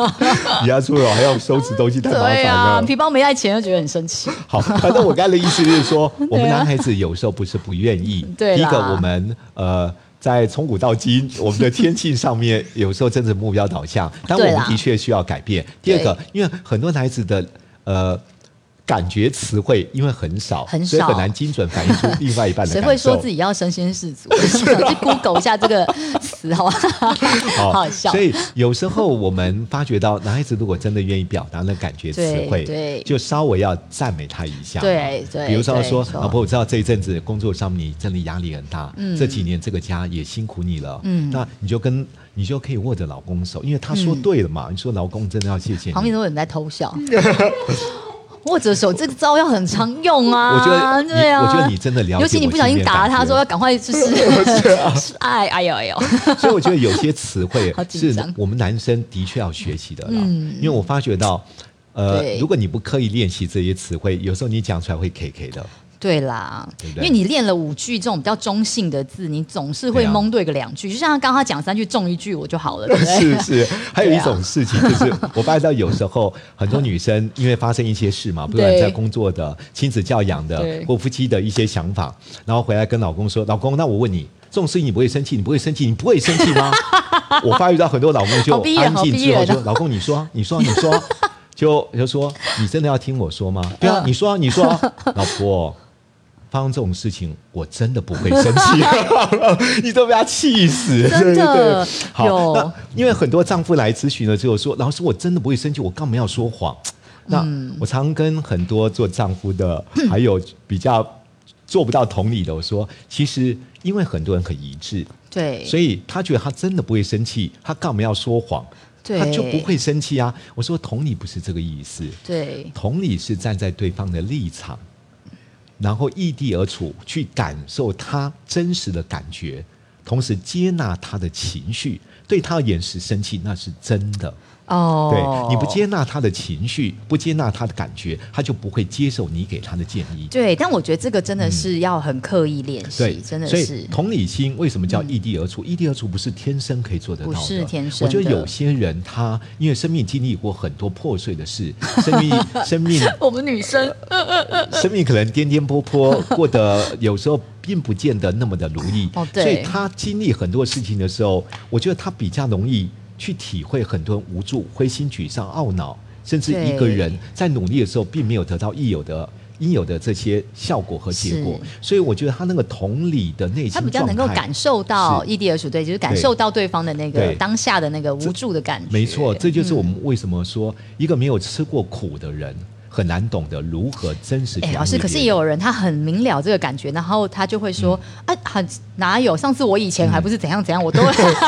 [SPEAKER 2] 你要说还要收拾东西，太麻烦
[SPEAKER 1] 对啊，
[SPEAKER 2] 了。
[SPEAKER 1] 皮包没带钱就觉得很生气。
[SPEAKER 2] 好，反正我刚才的意思就 是说，我们男孩子有时候不是不愿意。
[SPEAKER 1] 对啦
[SPEAKER 2] 第一个我们呃。在从古到今，我们的天性上面有时候真的目标导向，但我
[SPEAKER 1] 对啦
[SPEAKER 2] 们的确需要改变。第二个，因为很多男孩子的呃感觉词汇因为很少，
[SPEAKER 1] 很
[SPEAKER 2] 所以
[SPEAKER 1] 少
[SPEAKER 2] 很难精准反映出另外一半的
[SPEAKER 1] 谁
[SPEAKER 2] 感受。
[SPEAKER 1] 会说自己要身先士卒？ 我去 Google 一下这个词， 好吧？好好笑
[SPEAKER 2] 所。以有时候我们发觉到男孩子如果真的愿意表达那感觉词汇，
[SPEAKER 1] 对对
[SPEAKER 2] 就稍微要赞美他一下嘛。
[SPEAKER 1] 对对
[SPEAKER 2] 啊比如说
[SPEAKER 1] 对，
[SPEAKER 2] 说
[SPEAKER 1] 没错嗯
[SPEAKER 2] 老婆，我知道这一阵子工作上你真的压力很大，这几年这个家也辛苦你了，嗯，那你就跟你就可以握着老公手，因为他说对了嘛，你说老公真的要谢谢
[SPEAKER 1] 嗯旁边
[SPEAKER 2] 你。
[SPEAKER 1] 都有人在偷笑。 握着手这个招要很常用啊，
[SPEAKER 2] 我觉得你
[SPEAKER 1] 对啊，
[SPEAKER 2] 我觉得你真的了解
[SPEAKER 1] 尤其你不小心打了他，说要 赶快就是
[SPEAKER 2] 啊
[SPEAKER 1] 是爱，哎呦哎呦，
[SPEAKER 2] 所以我觉得有些词汇
[SPEAKER 1] 好紧
[SPEAKER 2] 是
[SPEAKER 1] 张嗯
[SPEAKER 2] 我们男生的确要学习的啦，因为我发觉到。呃，
[SPEAKER 1] 对
[SPEAKER 2] 如果你不刻意练习这些词汇，有时候你讲出来会 K K 的。
[SPEAKER 1] 对啦，
[SPEAKER 2] 对不对
[SPEAKER 1] 因为你练了五句这种比较中性的字，你总是会
[SPEAKER 2] 对啊
[SPEAKER 1] 蒙对个两句。就像刚刚他讲三句中一句我就好了，对啊不对？
[SPEAKER 2] 是是， 还有一种事情就是， 我发现到有时候很多女生因为发生一些事嘛，不管
[SPEAKER 1] 对
[SPEAKER 2] 在工作的、亲子教养的
[SPEAKER 1] 对
[SPEAKER 2] 或夫妻的一些想法，然后回来跟老公说：“老公，那我问你，这种事情你不会生气？你不会生气？你不会生气吗？” 我发觉到很多老公就
[SPEAKER 1] 好逼人
[SPEAKER 2] 安
[SPEAKER 1] 好
[SPEAKER 2] 静
[SPEAKER 1] 逼
[SPEAKER 2] 之后
[SPEAKER 1] 人
[SPEAKER 2] 就
[SPEAKER 1] 哦：“
[SPEAKER 2] 老公，你说啊，你说啊，你说啊。”就就说：“你真的要听我说吗？”对啊，
[SPEAKER 1] 嗯
[SPEAKER 2] 你说啊，你说啊，老婆。发生这种事情，我真的不会生气， 你都被他气死，
[SPEAKER 1] 真的
[SPEAKER 2] 对对好，
[SPEAKER 1] 有
[SPEAKER 2] 那因为很多丈夫来咨询了之后说：“老师，我真的不会生气，我干嘛要说谎？”那、
[SPEAKER 1] 嗯
[SPEAKER 2] 我常跟很多做丈夫的，还有比较做不到同理的，我说，其实因为很多人很一致，
[SPEAKER 1] 对，
[SPEAKER 2] 所
[SPEAKER 1] 以
[SPEAKER 2] 以他觉得他真的不会生气，他干嘛要说谎？
[SPEAKER 1] 对
[SPEAKER 2] 他就不会生气啊！我说同理不是这个意思，
[SPEAKER 1] 对
[SPEAKER 2] 同理是站在对方的立场，然后异地而处，去感受他真实的感觉，同时接纳他的情绪。对他而言是生气，那是真的。对，
[SPEAKER 1] 哦，
[SPEAKER 2] 你不接纳他的情绪，不接纳他的感觉，他就不会接受你给他的建议。
[SPEAKER 1] 对，但我觉得这个真的是要很刻意练
[SPEAKER 2] 对
[SPEAKER 1] 习，，真的
[SPEAKER 2] 所
[SPEAKER 1] 是嗯
[SPEAKER 2] 以同理心为什么叫异地而处？异地而处不是天生可以做得到的，
[SPEAKER 1] 不是天生的
[SPEAKER 2] 我觉得有些人他因为生命经历过很多破碎的事，生命 生命
[SPEAKER 1] 我们女生
[SPEAKER 2] 生命可能颠颠 簸簸，过得有时候并不见得那么的如意。
[SPEAKER 1] 哦对
[SPEAKER 2] 所以他经历很多事情的时候，我觉得他比较容易去体会很多人无助、灰心、沮丧、懊恼，甚至
[SPEAKER 1] 对
[SPEAKER 2] 一个人在努力的时候，并没有得到应有的。应有的这些效果和结果，所以我觉得他那个同理的内心
[SPEAKER 1] 她比
[SPEAKER 2] 状态，
[SPEAKER 1] 较能够感受到
[SPEAKER 2] 是
[SPEAKER 1] 异地而处，对，就是感
[SPEAKER 2] 对
[SPEAKER 1] 受到对方的那个
[SPEAKER 2] 对
[SPEAKER 1] 当下的那个无助的感觉。哎嗯
[SPEAKER 2] 没错，这就是我们为什么说一个没有吃过苦的人，很难懂得如何真实去
[SPEAKER 1] 哎、
[SPEAKER 2] 安慰别人。
[SPEAKER 1] 老师，可是也有人他很明了这个感觉，然后他就会说、
[SPEAKER 2] 嗯
[SPEAKER 1] 啊，很哪有？上次我以前还不是怎样怎样，我 都会，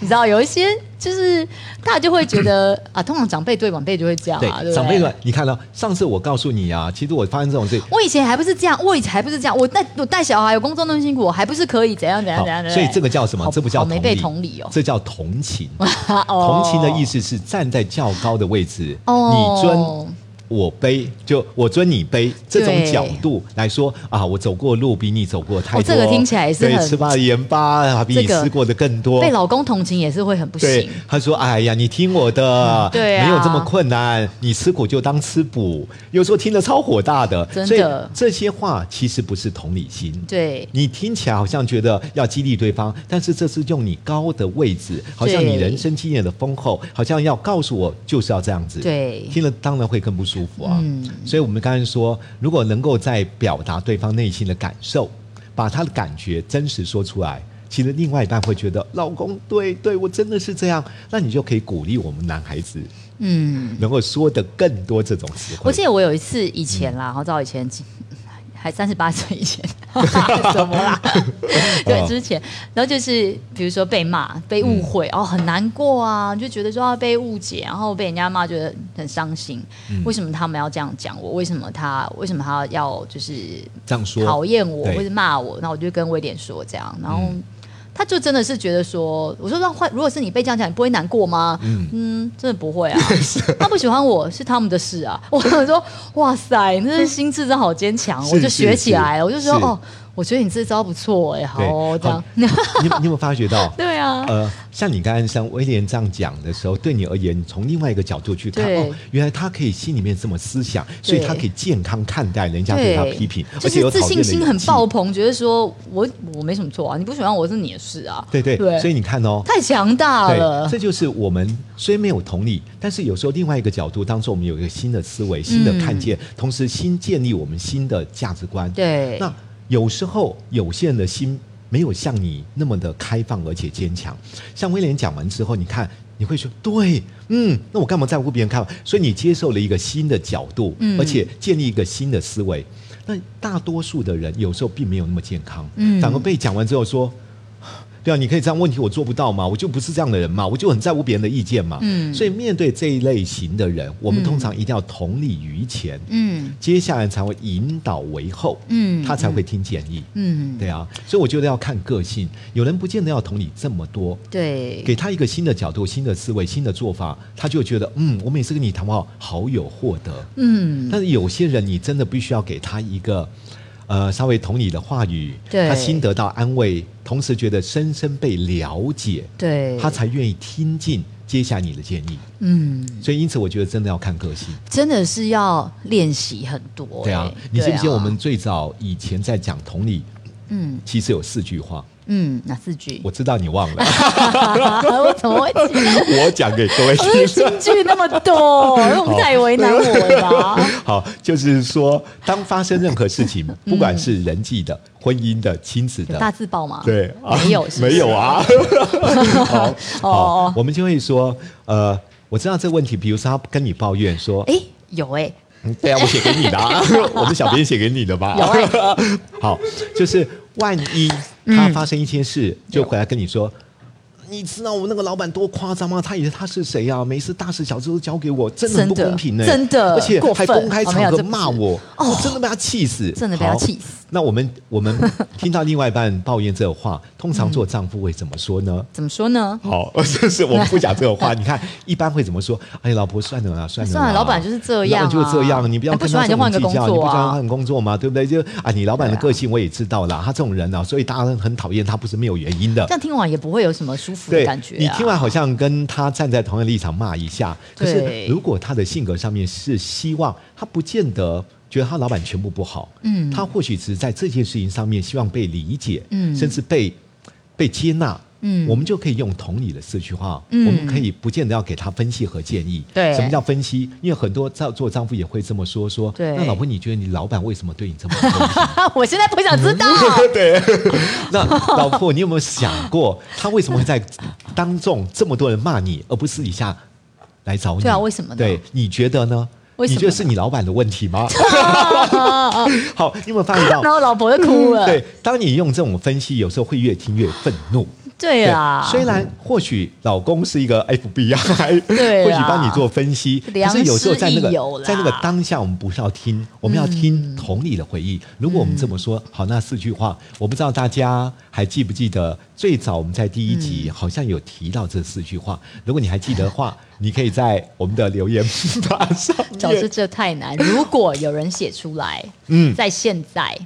[SPEAKER 1] 你知道，有一些就是大家就会觉得啊，通常长辈对晚辈就会这样啊，对不
[SPEAKER 2] 长辈
[SPEAKER 1] 对
[SPEAKER 2] 们，你看到、上次我告诉你啊，其实我发生这种事。
[SPEAKER 1] 我以前还不是这样，我以前还不是这样，我带我带小孩，有工作那么辛苦，我还不是可以怎样怎样
[SPEAKER 2] 好
[SPEAKER 1] 怎样，对不
[SPEAKER 2] 所
[SPEAKER 1] 对
[SPEAKER 2] 以这个叫什么
[SPEAKER 1] 好？
[SPEAKER 2] 这不叫
[SPEAKER 1] 好没被
[SPEAKER 2] 同
[SPEAKER 1] 同
[SPEAKER 2] 理
[SPEAKER 1] 理哦
[SPEAKER 2] 这叫同情。
[SPEAKER 1] 啊哦
[SPEAKER 2] 同情的意思是站在较高的位置，
[SPEAKER 1] 哦
[SPEAKER 2] 你尊我卑，就我尊你卑，这种
[SPEAKER 1] 对
[SPEAKER 2] 角度来说啊，我走过的路比你走过的太多，
[SPEAKER 1] 哦这个听起来也是
[SPEAKER 2] 对
[SPEAKER 1] 很
[SPEAKER 2] 吃罢的盐巴啊，比你
[SPEAKER 1] 这个
[SPEAKER 2] 吃过的更多。
[SPEAKER 1] 被老公同情也是会很不
[SPEAKER 2] 对
[SPEAKER 1] 行。，
[SPEAKER 2] 他说：“哎呀，你听我的，
[SPEAKER 1] 嗯对啊
[SPEAKER 2] 没有这么困难，你吃苦就当吃补。”有时候听得超火大的，
[SPEAKER 1] 真的
[SPEAKER 2] 所以这些话其实不是同理心。
[SPEAKER 1] 对，
[SPEAKER 2] 你听起来好像觉得要激励对方，但是这是用你高的位置，好像你
[SPEAKER 1] 对
[SPEAKER 2] 人生经验的丰厚，好像要告诉我就是要这样子。
[SPEAKER 1] 对
[SPEAKER 2] 听了当然会更不舒服啊。
[SPEAKER 1] 嗯
[SPEAKER 2] 所以我们刚才说，如果能够在表达对方内心的感受，把他的感觉真实说出来。其实另外一半会觉得，老公，对对，我真的是这样，那你就可以鼓励我们男孩子
[SPEAKER 1] 嗯，
[SPEAKER 2] 能够说的更多这种词汇。
[SPEAKER 1] 我记得我有一次以前啦，好早以前，还三十八岁以前，什么啦？对，之前，然后就是比如说被骂、被误会，哦，很难过啊，就觉得说要被误解，然后被人家骂，觉得很伤心。为什么他们要这样讲我？为什么他？为什么他要就是
[SPEAKER 2] 这样说，
[SPEAKER 1] 讨厌我
[SPEAKER 2] 对
[SPEAKER 1] 或者骂我，那我就跟威廉说这样，然后
[SPEAKER 2] 嗯
[SPEAKER 1] 他就真的是觉得说，我说那换，如果是你被这样讲，你不会难过吗？
[SPEAKER 2] 嗯
[SPEAKER 1] 嗯真的不会 啊，他不喜欢我是他们的事啊。 我想说，哇塞，你这心智真好坚强，哦
[SPEAKER 2] 是
[SPEAKER 1] 我就学起来了，我
[SPEAKER 2] 是
[SPEAKER 1] 就是说哦，我觉得你这招不错哎、好
[SPEAKER 2] 对，
[SPEAKER 1] 哦这样？
[SPEAKER 2] 好，你你有没有发觉到
[SPEAKER 1] 对啊，
[SPEAKER 2] 呃，像你刚才像威廉这样讲的时候，对你而言，你从另外一个角度去看，
[SPEAKER 1] 对
[SPEAKER 2] 哦，原来他可以心里面这么思想，所以
[SPEAKER 1] 对
[SPEAKER 2] 他可以健康看待人家对他
[SPEAKER 1] 对，
[SPEAKER 2] 批评，
[SPEAKER 1] 就
[SPEAKER 2] 而且有
[SPEAKER 1] 是自
[SPEAKER 2] 讨厌
[SPEAKER 1] 信
[SPEAKER 2] 的
[SPEAKER 1] 心
[SPEAKER 2] 勇
[SPEAKER 1] 很
[SPEAKER 2] 气
[SPEAKER 1] 爆棚，觉得说我我没什么错啊，你不喜欢我是你的事啊，
[SPEAKER 2] 对对，所以你看哦。
[SPEAKER 1] 太强大了
[SPEAKER 2] 对，，这就是我们虽没有同理，但是有时候另外一个角度，当中我们有一个新的思维、新的
[SPEAKER 1] 嗯
[SPEAKER 2] 看见，同时新建立我们新的价值观。
[SPEAKER 1] 对
[SPEAKER 2] 那有时候有些人的心没有像你那么的开放而且坚强。像威廉讲完之后，你看你会说对，嗯，那我干嘛在乎别人看法？所以你接受了一个新的角度，
[SPEAKER 1] 嗯
[SPEAKER 2] 而且建立一个新的思维。那大多数的人有时候并没有那么健康，
[SPEAKER 1] 嗯
[SPEAKER 2] 反而被讲完之后说。对啊，你可以这样问题，我做不到嘛，我就不是这样的人嘛，我就很在乎别人的意见嘛。
[SPEAKER 1] 嗯
[SPEAKER 2] 所以面对这一类型的人，我们
[SPEAKER 1] 嗯
[SPEAKER 2] 通常一定要同理于前，
[SPEAKER 1] 嗯
[SPEAKER 2] 接下来才会引导为后，
[SPEAKER 1] 嗯
[SPEAKER 2] 他才会听建议。
[SPEAKER 1] 嗯，
[SPEAKER 2] 对啊，所以我觉得要看个性，有人不见得要同理这么多，
[SPEAKER 1] 对
[SPEAKER 2] 给他一个新的角度、新的思维、新的做法，他就觉得嗯，我每次跟你谈话好有获得。
[SPEAKER 1] 嗯，
[SPEAKER 2] 但是有些人，你真的必须要给他一个。呃，稍微同理的话语，
[SPEAKER 1] 对
[SPEAKER 2] 他心得到安慰，同时觉得深深被了解，
[SPEAKER 1] 对，
[SPEAKER 2] 他才愿意听进接下你的建议。
[SPEAKER 1] 嗯，
[SPEAKER 2] 所以，因此我觉得真的要看个性。
[SPEAKER 1] 真的是要练习很多、欸。
[SPEAKER 2] 对啊，你记不记得
[SPEAKER 1] 对啊
[SPEAKER 2] 我们最早以前在讲同理，
[SPEAKER 1] 嗯
[SPEAKER 2] 其实有四句话，
[SPEAKER 1] 嗯哪四句？
[SPEAKER 2] 我知道你忘了，
[SPEAKER 1] 我怎么会记？
[SPEAKER 2] 我讲给各位
[SPEAKER 1] 我是
[SPEAKER 2] 听。
[SPEAKER 1] 京剧那么多，我太
[SPEAKER 2] 哦
[SPEAKER 1] 为难我了吧？
[SPEAKER 2] 好，就是说，当发生任何事情，不管是人际的、婚姻的、亲子
[SPEAKER 1] 有嗯大
[SPEAKER 2] 的，
[SPEAKER 1] 字报吗？
[SPEAKER 2] 对，啊
[SPEAKER 1] 没有，是不是
[SPEAKER 2] 没有。 啊。好，好
[SPEAKER 1] 哦，
[SPEAKER 2] 我们就会说，呃，我知道这个问题，比如说他跟你抱怨说，
[SPEAKER 1] 哎，有哎、
[SPEAKER 2] 嗯对啊，我写给你的、 啊，我们小编写给你的吧。
[SPEAKER 1] 有啊
[SPEAKER 2] 好，就是万一他发生一些事，
[SPEAKER 1] 嗯
[SPEAKER 2] 就回来跟你说。你知道我那个老板多夸张吗？他以为他是谁啊？每次大事小事都交给我，真的很不
[SPEAKER 1] 真的
[SPEAKER 2] 公平呢、
[SPEAKER 1] 真的
[SPEAKER 2] 而且
[SPEAKER 1] 过
[SPEAKER 2] 还
[SPEAKER 1] 分
[SPEAKER 2] 公开
[SPEAKER 1] 哦
[SPEAKER 2] 场
[SPEAKER 1] 没有
[SPEAKER 2] 合
[SPEAKER 1] 这不是
[SPEAKER 2] 骂我，我真的被他气死，
[SPEAKER 1] 真的被他
[SPEAKER 2] 好
[SPEAKER 1] 气死。
[SPEAKER 2] 那我们我们听到另外一半抱怨这个话，通常做丈夫会怎么说呢？
[SPEAKER 1] 怎么说呢？
[SPEAKER 2] 好， 就是我们不讲这种话。你看，一般会怎么说？哎，老婆，算了啦，算了啦，
[SPEAKER 1] 算了老板就是这样啊
[SPEAKER 2] 老板就是这样，你不要
[SPEAKER 1] 哎不
[SPEAKER 2] 跟
[SPEAKER 1] 喜
[SPEAKER 2] 他
[SPEAKER 1] 欢
[SPEAKER 2] 这么
[SPEAKER 1] 你就换个
[SPEAKER 2] 计较，
[SPEAKER 1] 工
[SPEAKER 2] 你不
[SPEAKER 1] 作啊
[SPEAKER 2] 喜欢换工作嘛，对不对？就啊，你老板的
[SPEAKER 1] 对啊
[SPEAKER 2] 个性我也知道啦，他这种人啊，所以大家很讨厌他，不是没有原因的
[SPEAKER 1] 这。样听完也不会有什么舒服的
[SPEAKER 2] 对
[SPEAKER 1] 感觉、啊。
[SPEAKER 2] 你听完好像跟他站在同样立场骂一下，可是
[SPEAKER 1] 对
[SPEAKER 2] 如果他的性格上面是希望他不见得觉得他老板全部不好，
[SPEAKER 1] 嗯
[SPEAKER 2] 他或许只是在这件事情上面希望被理解，
[SPEAKER 1] 嗯
[SPEAKER 2] 甚至被被接纳。
[SPEAKER 1] 嗯
[SPEAKER 2] 我们就可以用同理的四句话，
[SPEAKER 1] 嗯
[SPEAKER 2] 我们可以不见得要给他分析和建议。
[SPEAKER 1] 对
[SPEAKER 2] 什么叫分析？因为很多在做丈夫也会这么说，说
[SPEAKER 1] 对
[SPEAKER 2] 那老婆，你觉得你老板为什么对你这么不公平？
[SPEAKER 1] 啊， 我现在不想知道。
[SPEAKER 2] 对， 那老婆，你有没有想过，他为什么会在当众这么多人骂你，而不私底下来找你？
[SPEAKER 1] 对啊为什么呢
[SPEAKER 2] 对，你觉得呢？
[SPEAKER 1] 为什
[SPEAKER 2] 你
[SPEAKER 1] 么
[SPEAKER 2] 觉得是你老板的问题 吗？
[SPEAKER 1] 啊啊
[SPEAKER 2] 好，你有没有发 觉到
[SPEAKER 1] 然？后老婆就哭了。
[SPEAKER 2] 对，当你用这种分析，有时候会越听越愤怒。
[SPEAKER 1] 对啊，
[SPEAKER 2] 虽然或许老公是一个 FBI，
[SPEAKER 1] 对啊
[SPEAKER 2] 或许帮你做分析，可
[SPEAKER 1] 良师
[SPEAKER 2] 是有时候在那
[SPEAKER 1] 益友
[SPEAKER 2] 个
[SPEAKER 1] 啦嗯
[SPEAKER 2] 在那个当下，我们不是要听，我们要听同理的回忆。如果我们这么说，好，那四句话，我不知道大家还记不记得，最早我们在第一
[SPEAKER 1] 嗯
[SPEAKER 2] 集好像有提到这四句话。 如果你还记得的话，你可以在我们的留言板上
[SPEAKER 1] 总之
[SPEAKER 2] 面，
[SPEAKER 1] 这太难。如果有人写出来，
[SPEAKER 2] 嗯，
[SPEAKER 1] 在现在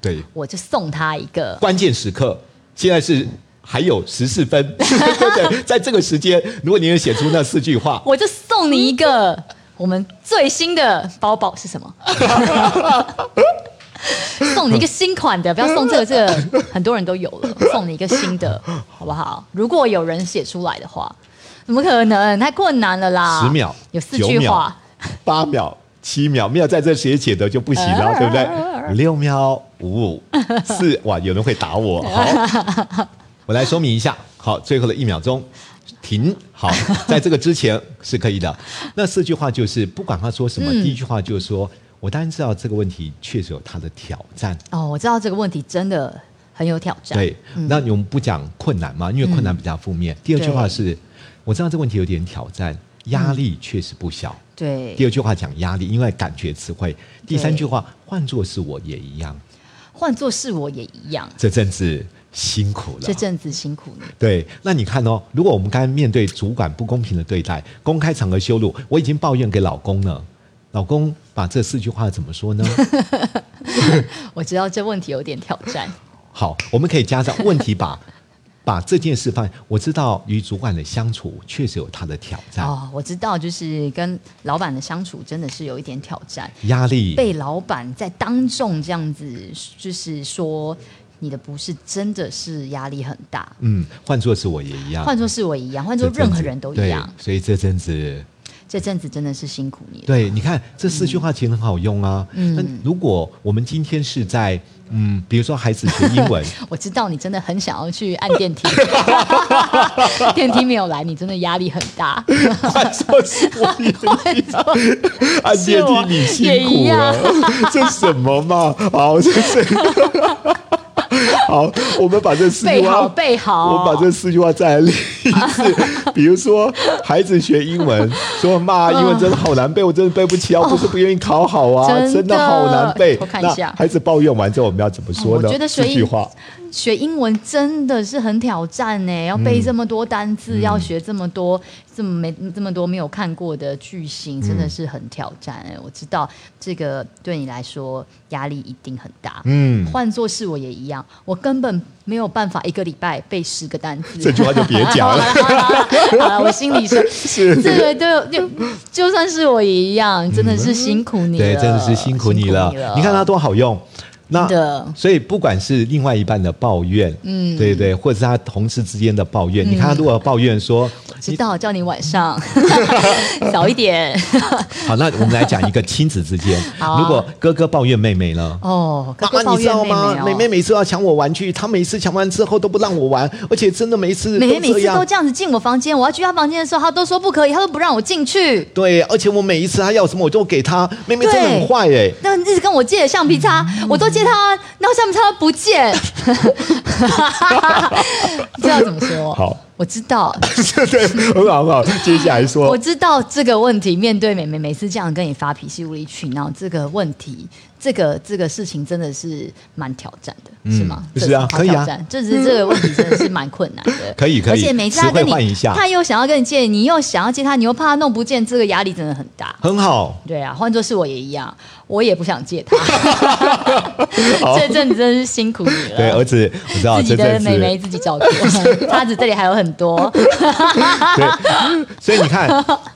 [SPEAKER 2] 对，
[SPEAKER 1] 我就送他一个。
[SPEAKER 2] 关键时刻，现在是。还有十四分， 对对，在这个时间，如果你能写出那四句话，
[SPEAKER 1] 我就送你一个我们最新的包包是什么？ 送你一个新款的，不要送这个，这个很多人都有了，送你一个新的，好不好？如果有人写出来的话，怎么可能？太困难了啦！
[SPEAKER 2] 10秒
[SPEAKER 1] 有四
[SPEAKER 2] 9
[SPEAKER 1] 句
[SPEAKER 2] 秒
[SPEAKER 1] 话，
[SPEAKER 2] 八秒、七秒，没有在这时间写的就不行了，对不对？六秒五五四，哇，有人会打我。好，我来说明一下。好，最后的一秒钟，停。好，在这个之前是可以的。那四句话就是，不管他说什么，第一句话就是说，我当然知道这个问题确实有它的挑战。
[SPEAKER 1] 哦，我知道这个问题真的很有挑战。
[SPEAKER 2] 对，那我们不讲困难嘛，因为困难比较负面。第二句话是，我知道这个问题有点挑战，压力确实不小。第
[SPEAKER 1] 对，
[SPEAKER 2] 二句话讲压力，因为感觉词汇。第三句话换作是我也一样，
[SPEAKER 1] 换做是我也一样，
[SPEAKER 2] 这阵子辛苦了
[SPEAKER 1] 这。阵子辛苦你。
[SPEAKER 2] 对，那你看哦，如果我们刚才面对主管不公平的对待、公开场合羞辱，我已经抱怨给老公了，老公把这四句话怎么 说呢？
[SPEAKER 1] 我知道这问题有点挑战。
[SPEAKER 2] 好，我们可以加上问题把 把这件事放。我知道与主管的相处确实有他的挑战，
[SPEAKER 1] 哦，我知道，就是跟老板的相处真的是有一点挑战，
[SPEAKER 2] 压力。
[SPEAKER 1] 被老板在当众这样子，就是说你的不是真的是压力很大。
[SPEAKER 2] 嗯，换作是我也一样。
[SPEAKER 1] 换作是我一样，换作
[SPEAKER 2] 啊这阵
[SPEAKER 1] 任
[SPEAKER 2] 子
[SPEAKER 1] 何人都一样，
[SPEAKER 2] 对所以这阵子
[SPEAKER 1] 这阵子真的是辛苦你了。
[SPEAKER 2] 对，你看这四句话其实很好用啊。
[SPEAKER 1] 嗯
[SPEAKER 2] 那如果我们今天是在嗯，比如说孩子学英 文，
[SPEAKER 1] 我知道你真的很想要去按电 梯，电梯没有来，你真的压力很 大。
[SPEAKER 2] 换作是我也一样，按电梯你辛
[SPEAKER 1] 也一
[SPEAKER 2] 苦
[SPEAKER 1] 样
[SPEAKER 2] 了，这什么嘛？好，这是 好，我们把这四句
[SPEAKER 1] 备
[SPEAKER 2] 话
[SPEAKER 1] 好，备好。
[SPEAKER 2] 我把这四句话再来练一次。 比如说，孩子学英文，说妈，英文真的好难背，我真的背不起啊，我不是不愿意考好啊，
[SPEAKER 1] 嗯哦真的
[SPEAKER 2] 真的好难背。
[SPEAKER 1] 我看一
[SPEAKER 2] 那
[SPEAKER 1] 下哦
[SPEAKER 2] 孩子抱怨完之后，我们要怎么说呢？
[SPEAKER 1] 我觉得学
[SPEAKER 2] 这句
[SPEAKER 1] 英
[SPEAKER 2] 话，
[SPEAKER 1] 学英文真的是很挑战呢，
[SPEAKER 2] 嗯
[SPEAKER 1] 要背这么多单字，要学这么多这么没这么多没有看过的句
[SPEAKER 2] 嗯
[SPEAKER 1] 型，真的是很挑战哎。我知道这个对你来说压力一定很大。
[SPEAKER 2] 嗯，
[SPEAKER 1] 换做是我也一样，我根本没有办法一个礼拜背十个单词。
[SPEAKER 2] 这句话就别讲了。
[SPEAKER 1] 好了好了好了，我心里说，这个就就就算是我也一样，真的是辛苦你了，
[SPEAKER 2] 嗯对，真的是辛苦你了。你看它多好用。那
[SPEAKER 1] 真的
[SPEAKER 2] 所以不管是另外一半的抱怨，嗯，对对，或者是他同事之间的抱
[SPEAKER 1] 嗯
[SPEAKER 2] 怨，你看他如果抱 怨说，
[SPEAKER 1] 知道叫你晚 上早一点
[SPEAKER 2] 好，那我们来讲一个亲子之间，
[SPEAKER 1] 好啊
[SPEAKER 2] 如果哥哥抱怨妹妹呢？
[SPEAKER 1] 哦。哥
[SPEAKER 2] 妈
[SPEAKER 1] 哥
[SPEAKER 2] 妈，
[SPEAKER 1] 抱
[SPEAKER 2] 你知
[SPEAKER 1] 怨
[SPEAKER 2] 道
[SPEAKER 1] 妹
[SPEAKER 2] 吗？妹
[SPEAKER 1] 哦
[SPEAKER 2] 妹每次要抢我玩具，她每次抢完之后都不让我玩，而且真的每次
[SPEAKER 1] 每
[SPEAKER 2] 都
[SPEAKER 1] 每
[SPEAKER 2] 这
[SPEAKER 1] 次都
[SPEAKER 2] 样。
[SPEAKER 1] 这样子进我房间，我要去她房间的时候，她都说不可以，她都不让我进去。
[SPEAKER 2] 对，而且我每一次她要什么我都给她，妹妹真的很坏哎、
[SPEAKER 1] 那一直跟我借橡皮擦，我都借她，然后橡皮擦她不 见，知道怎么说？
[SPEAKER 2] 好，
[SPEAKER 1] 我知道，
[SPEAKER 2] 对，很好很好。接下来
[SPEAKER 1] 我
[SPEAKER 2] 说，
[SPEAKER 1] 知道这个问题。面对妹妹每次这样跟你发脾气、无理取闹，这个问题，这个这个事情真的是蛮挑战的，是吗？
[SPEAKER 2] 是啊
[SPEAKER 1] 这是
[SPEAKER 2] 可以啊
[SPEAKER 1] 挑战，就是这个问题真的是蛮困难的。
[SPEAKER 2] 可以可以
[SPEAKER 1] 而且每次他
[SPEAKER 2] 词汇
[SPEAKER 1] 跟
[SPEAKER 2] 换
[SPEAKER 1] 你
[SPEAKER 2] 一下
[SPEAKER 1] 他又想要跟你借，你又想要借他，你又怕他弄不见，这个压力真的很大。
[SPEAKER 2] 很好，
[SPEAKER 1] 对啊，换作是我也一样，我也不想借 他。这阵子真是辛苦你了。
[SPEAKER 2] 对儿子，我知道
[SPEAKER 1] 哦自己
[SPEAKER 2] 这
[SPEAKER 1] 的
[SPEAKER 2] 阵
[SPEAKER 1] 妹妹
[SPEAKER 2] 子，
[SPEAKER 1] 自己 照顾，他子这里还有很多。
[SPEAKER 2] 对，所以 你看，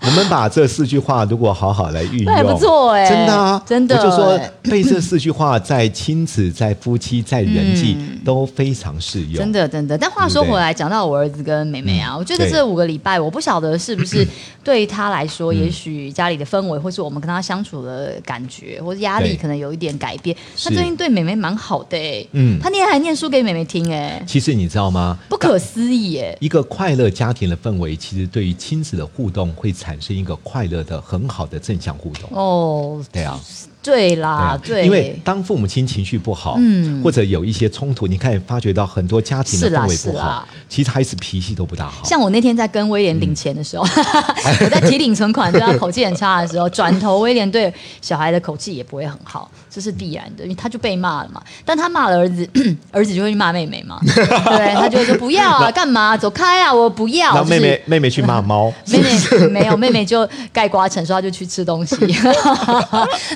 [SPEAKER 2] 我们把这四句话如果好好来运用，
[SPEAKER 1] 那还不错哎
[SPEAKER 2] 真的啊，
[SPEAKER 1] 真的
[SPEAKER 2] 我就说
[SPEAKER 1] 哎
[SPEAKER 2] 背这四句话，在亲子、在夫妻、在人际、都非常适用，
[SPEAKER 1] 嗯真的真的。但话说回来，讲到我儿子跟妹妹啊，
[SPEAKER 2] 嗯
[SPEAKER 1] 我觉得
[SPEAKER 2] 对嗯
[SPEAKER 1] 这五个礼拜，我不晓得是不是对他来说，也许家里的氛围，或是我们跟他相处的感觉，或是压力，
[SPEAKER 2] 对
[SPEAKER 1] 可能有一点改变。他
[SPEAKER 2] 是
[SPEAKER 1] 最近对妹妹蛮好的哎，
[SPEAKER 2] 嗯
[SPEAKER 1] 他念还念书给妹妹听哎，
[SPEAKER 2] 其实你知道吗？
[SPEAKER 1] 不可思议哎，
[SPEAKER 2] 一个个快乐家庭的氛围，其实对于亲子的互动会产生一个快乐的很好的正向互动。
[SPEAKER 1] 哦，
[SPEAKER 2] 对啊，
[SPEAKER 1] 对啦，对，
[SPEAKER 2] 因为当父母亲情绪不好，
[SPEAKER 1] 嗯
[SPEAKER 2] 或者有一些冲突，你看也发觉到很多家庭的
[SPEAKER 1] 是啦
[SPEAKER 2] 氛围
[SPEAKER 1] 是
[SPEAKER 2] 不好
[SPEAKER 1] 啦，
[SPEAKER 2] 其实孩子脾气都不大好。
[SPEAKER 1] 像我那天在跟威廉领钱的时候，
[SPEAKER 2] 嗯
[SPEAKER 1] 我在提领存款，对他口气很差的时候，转头威廉对小孩的口气也不会很好，这是必然的，因为他就被骂了嘛。但他骂了儿子， 儿子就会去骂妹妹 嘛，对，他就会说不要啊，干嘛走开啊，我不要。
[SPEAKER 2] 然后
[SPEAKER 1] 就是
[SPEAKER 2] 妹妹妹妹去 骂猫，
[SPEAKER 1] 妹妹没有，妹妹就盖瓜承说她就去吃东 西，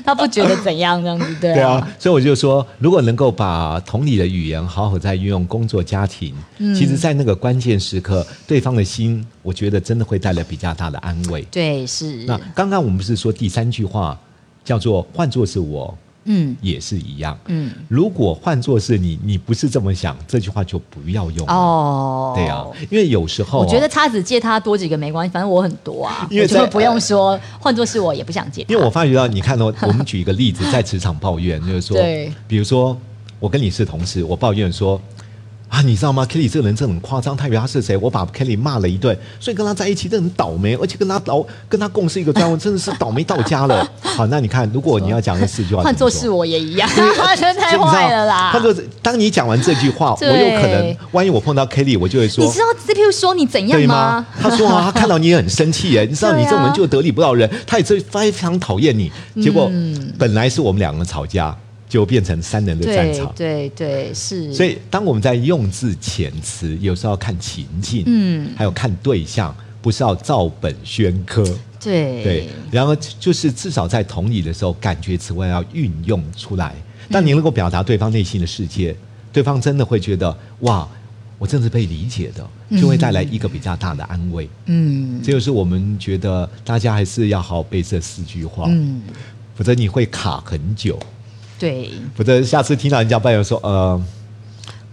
[SPEAKER 1] 她不觉得怎样这样子，对
[SPEAKER 2] 对
[SPEAKER 1] 啊
[SPEAKER 2] 啊，，所以我就说，如果能够把同理的语言好好在运用工作、家庭，
[SPEAKER 1] 嗯
[SPEAKER 2] 其实，在那个关键时刻，对方的心，我觉得真的会带来比较大的安慰。
[SPEAKER 1] 对是，
[SPEAKER 2] 那刚刚我们不是说第三句话叫做“换作是我
[SPEAKER 1] 嗯
[SPEAKER 2] 也是一样”，
[SPEAKER 1] 嗯，
[SPEAKER 2] 如果换作是你，你不是这么想，这句话就不要用了。
[SPEAKER 1] 哦，
[SPEAKER 2] 对啊，因为有时候、
[SPEAKER 1] 我觉得，叉子借他多几个没关系，反正我很多啊，
[SPEAKER 2] 因为
[SPEAKER 1] 我
[SPEAKER 2] 在
[SPEAKER 1] 就不用说，换作是我也不想借他。
[SPEAKER 2] 因为我发觉到，你看哦，我们举一个例子，在职场抱怨，就是说
[SPEAKER 1] 对，
[SPEAKER 2] 比如说我跟你是同事，我抱怨说。啊，你知道吗？Kelly 这个人真的很夸张，他以为他是谁？我把 Kelly 骂了一顿，所以跟他在一起真的很倒霉，而且跟他倒跟他共事一个专门，真的是倒霉到 家了。好，那你看，如果你要讲这四句话，
[SPEAKER 1] 换作
[SPEAKER 2] 怎么说
[SPEAKER 1] 是我也一样，真的 太坏了啦
[SPEAKER 2] 他。就是当你讲完这句话，我
[SPEAKER 1] 对
[SPEAKER 2] 有可能，万一我碰到 Kelly，我就会说
[SPEAKER 1] 你。知道 CPU 说你怎样
[SPEAKER 2] 对
[SPEAKER 1] 吗？？
[SPEAKER 2] 他说 啊，他看到你也很生气耶，你知道
[SPEAKER 1] 对啊嗯
[SPEAKER 2] 你这种人就得理不饶人，他也是非常讨厌你。结果本来是我们两个吵架，就变成三人的战
[SPEAKER 1] 对
[SPEAKER 2] 场。
[SPEAKER 1] 对对，是。
[SPEAKER 2] 所以，当我们在用字遣词，有时候要看情境，
[SPEAKER 1] 嗯
[SPEAKER 2] 还有看对象，不是要照本宣科。
[SPEAKER 1] 对
[SPEAKER 2] 对，然后就是至少在同理的时候，感觉词汇要运用出来。当你能够表达对方内心的世
[SPEAKER 1] 嗯
[SPEAKER 2] 界，对方真的会觉得哇，我真的是被理解的，就会带来一个比较大的安慰。
[SPEAKER 1] 嗯
[SPEAKER 2] 这就是我们觉得大家还是要好好背这四句话，
[SPEAKER 1] 嗯，
[SPEAKER 2] 否则你会卡很久，
[SPEAKER 1] 对
[SPEAKER 2] 否则下次听到人家伴友说呃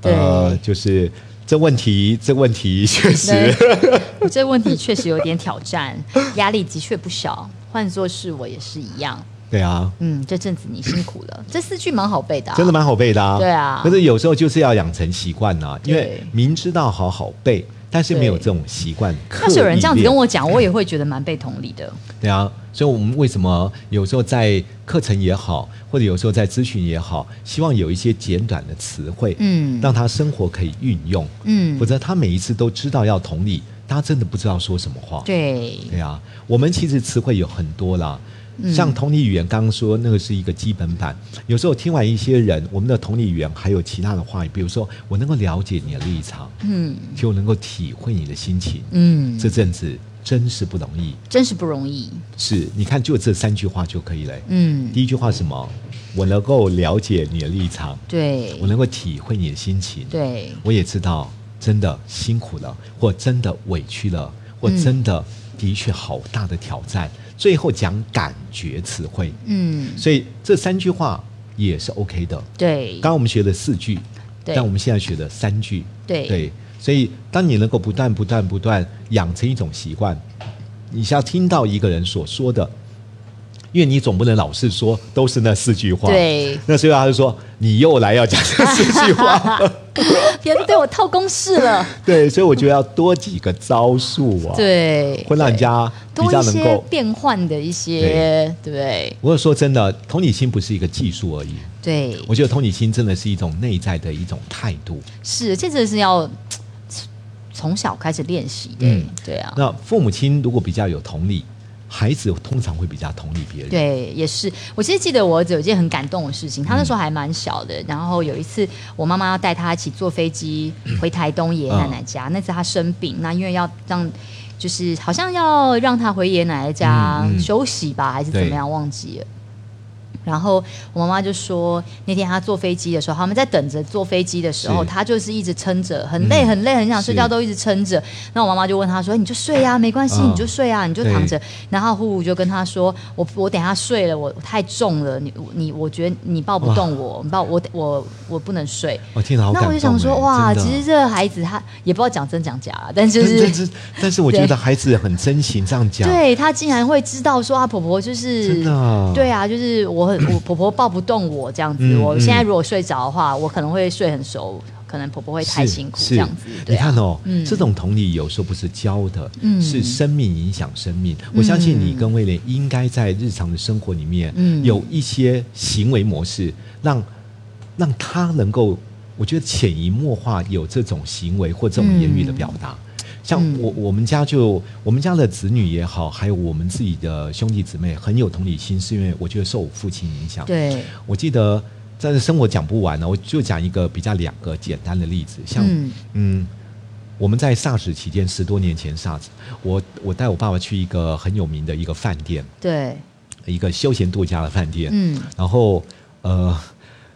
[SPEAKER 2] 呃，
[SPEAKER 1] 对
[SPEAKER 2] 就是这问题，这问题 确实
[SPEAKER 1] 对。我这问题确实有点挑战，压力的确不小。换作是我也是一样。
[SPEAKER 2] 对啊。
[SPEAKER 1] 嗯，这阵子你辛苦 了，这四句蛮好背的啊、
[SPEAKER 2] 真的蛮好背的啊。
[SPEAKER 1] 对啊
[SPEAKER 2] 可是有时候就是要养成习惯呐，因为
[SPEAKER 1] 对
[SPEAKER 2] 明知道好好背，但是没有
[SPEAKER 1] 对
[SPEAKER 2] 这种习惯。
[SPEAKER 1] 要是有人这样子跟
[SPEAKER 2] 我，
[SPEAKER 1] 我讲，我也会觉得蛮被同理的。
[SPEAKER 2] 对啊，所以我们为什么有时候在课程也好，或者有时候在咨询也好，希望有一些简短的词汇，
[SPEAKER 1] 嗯
[SPEAKER 2] 让他生活可以运用，
[SPEAKER 1] 嗯
[SPEAKER 2] 否则他每一次都知道要同理，他真的不知道说什么话。
[SPEAKER 1] 对，
[SPEAKER 2] 对啊，我们其实词汇有很多啦，
[SPEAKER 1] 嗯
[SPEAKER 2] 像同理语言，刚刚说那个是一个基本版。有时候听完一些人，我们的同理语言还有其他的话语，比如说我能够了解你的立场，
[SPEAKER 1] 嗯
[SPEAKER 2] 就能够体会你的心情。
[SPEAKER 1] 嗯，
[SPEAKER 2] 这阵子真是不容易，
[SPEAKER 1] 真是不容易。
[SPEAKER 2] 是你看就这三句话就可以了。
[SPEAKER 1] 嗯，
[SPEAKER 2] 第一句话是什么？我能够了解你的立场，
[SPEAKER 1] 对
[SPEAKER 2] 我能够体会你的心情。
[SPEAKER 1] 对，
[SPEAKER 2] 我也知道，真的辛苦了，或真的委屈了，或真的的确好大的挑战。最后讲感觉词汇，
[SPEAKER 1] 嗯
[SPEAKER 2] 所以这三句话也是 OK 的。
[SPEAKER 1] 对
[SPEAKER 2] 刚，刚我们学了四句，
[SPEAKER 1] 对
[SPEAKER 2] 但我们现在学了三句，
[SPEAKER 1] 对
[SPEAKER 2] 所以当你能够不断、不断、不断养成一种习惯，你是要听到一个人所说的，因为你总不能老是说都是那四句话，
[SPEAKER 1] 对，
[SPEAKER 2] 那所以他就说你又来要讲这四句话。
[SPEAKER 1] 别人对我套公式了。
[SPEAKER 2] 对，所以我觉得要多几个招数啊，，
[SPEAKER 1] 对，
[SPEAKER 2] 会让人家比
[SPEAKER 1] 多
[SPEAKER 2] 较
[SPEAKER 1] 一
[SPEAKER 2] 能
[SPEAKER 1] 些
[SPEAKER 2] 够。
[SPEAKER 1] 变换的一些，对不对？
[SPEAKER 2] 我说真的，同理心不是一个技术而已，
[SPEAKER 1] 对，
[SPEAKER 2] 我觉得同理心真的是一种内在的一种态度。
[SPEAKER 1] 是，这真的是要嘖从小开始练习的。
[SPEAKER 2] 嗯
[SPEAKER 1] 对啊。
[SPEAKER 2] 那父母亲如果比较有同理，孩子通常会比较同理别人。
[SPEAKER 1] 对，也是。我其实记得我儿子有一件很感动的事情，他那时候还蛮小的。然后有一次，我妈妈要带他一起坐飞机回台东爷爷奶奶家。那次他生病，那因为要让，就是好像要让他回爷爷奶奶家
[SPEAKER 2] 嗯嗯
[SPEAKER 1] 休息吧，还是怎么
[SPEAKER 2] 对
[SPEAKER 1] 样，忘记了。然后我妈妈就说，那天她坐飞机的时候，他们在等着坐飞机的时候，
[SPEAKER 2] 是
[SPEAKER 1] 她就是一直撑着，很累很累，很想睡觉，
[SPEAKER 2] 是
[SPEAKER 1] 都一直撑着。那我妈妈就问她说：“你就睡呀、啊，没关系，
[SPEAKER 2] 嗯
[SPEAKER 1] 你就睡啊，你就
[SPEAKER 2] 对
[SPEAKER 1] 躺着。”然后呼呼就跟她说：“我我等一下睡了，我我太重了，你你我觉得你抱不动我，你抱我我我不能睡。”
[SPEAKER 2] 我听了好感
[SPEAKER 1] 那
[SPEAKER 2] 动
[SPEAKER 1] 我就
[SPEAKER 2] 哎。
[SPEAKER 1] 想说，哇，
[SPEAKER 2] 真
[SPEAKER 1] 其
[SPEAKER 2] 的
[SPEAKER 1] 实这个孩子他也不知道讲真讲假啦，但就
[SPEAKER 2] 但
[SPEAKER 1] 是
[SPEAKER 2] 但是但是我觉得孩子很真情，这样讲，啊
[SPEAKER 1] 对他竟然会知道说啊，婆婆就是
[SPEAKER 2] 真的啊
[SPEAKER 1] 对啊， 就是我很我婆婆抱不动我这样子，
[SPEAKER 2] 嗯
[SPEAKER 1] 我
[SPEAKER 2] 嗯
[SPEAKER 1] 现在如果睡着的话，我可能会睡很熟，可能婆婆会太辛苦
[SPEAKER 2] 是
[SPEAKER 1] 这样子。
[SPEAKER 2] 你
[SPEAKER 1] 对啊
[SPEAKER 2] 看哦，
[SPEAKER 1] 嗯
[SPEAKER 2] 这种同理有时候不是教的，
[SPEAKER 1] 嗯
[SPEAKER 2] 是生命影响生命。我相信你跟威廉应该在日常的生活里面，
[SPEAKER 1] 嗯
[SPEAKER 2] 有一些行为模式，让让他能够，我觉得潜移默化有这种行为或这种言语的表达。
[SPEAKER 1] 嗯
[SPEAKER 2] 像我我们家就我们家的子女也好，还有我们自己的兄弟姊妹，很有同理心，是因为我觉得受我父亲影响。
[SPEAKER 1] 对，嗯
[SPEAKER 2] 我记得在生活讲不完呢，我就讲一个比较两个简单的例子，像
[SPEAKER 1] 嗯
[SPEAKER 2] 嗯我们在 SARS 期间，十多年前 SARS，我我带我爸爸去一个很有名的一个饭店，
[SPEAKER 1] 对，
[SPEAKER 2] 一个休闲度假的饭店，
[SPEAKER 1] 嗯，
[SPEAKER 2] 然后呃，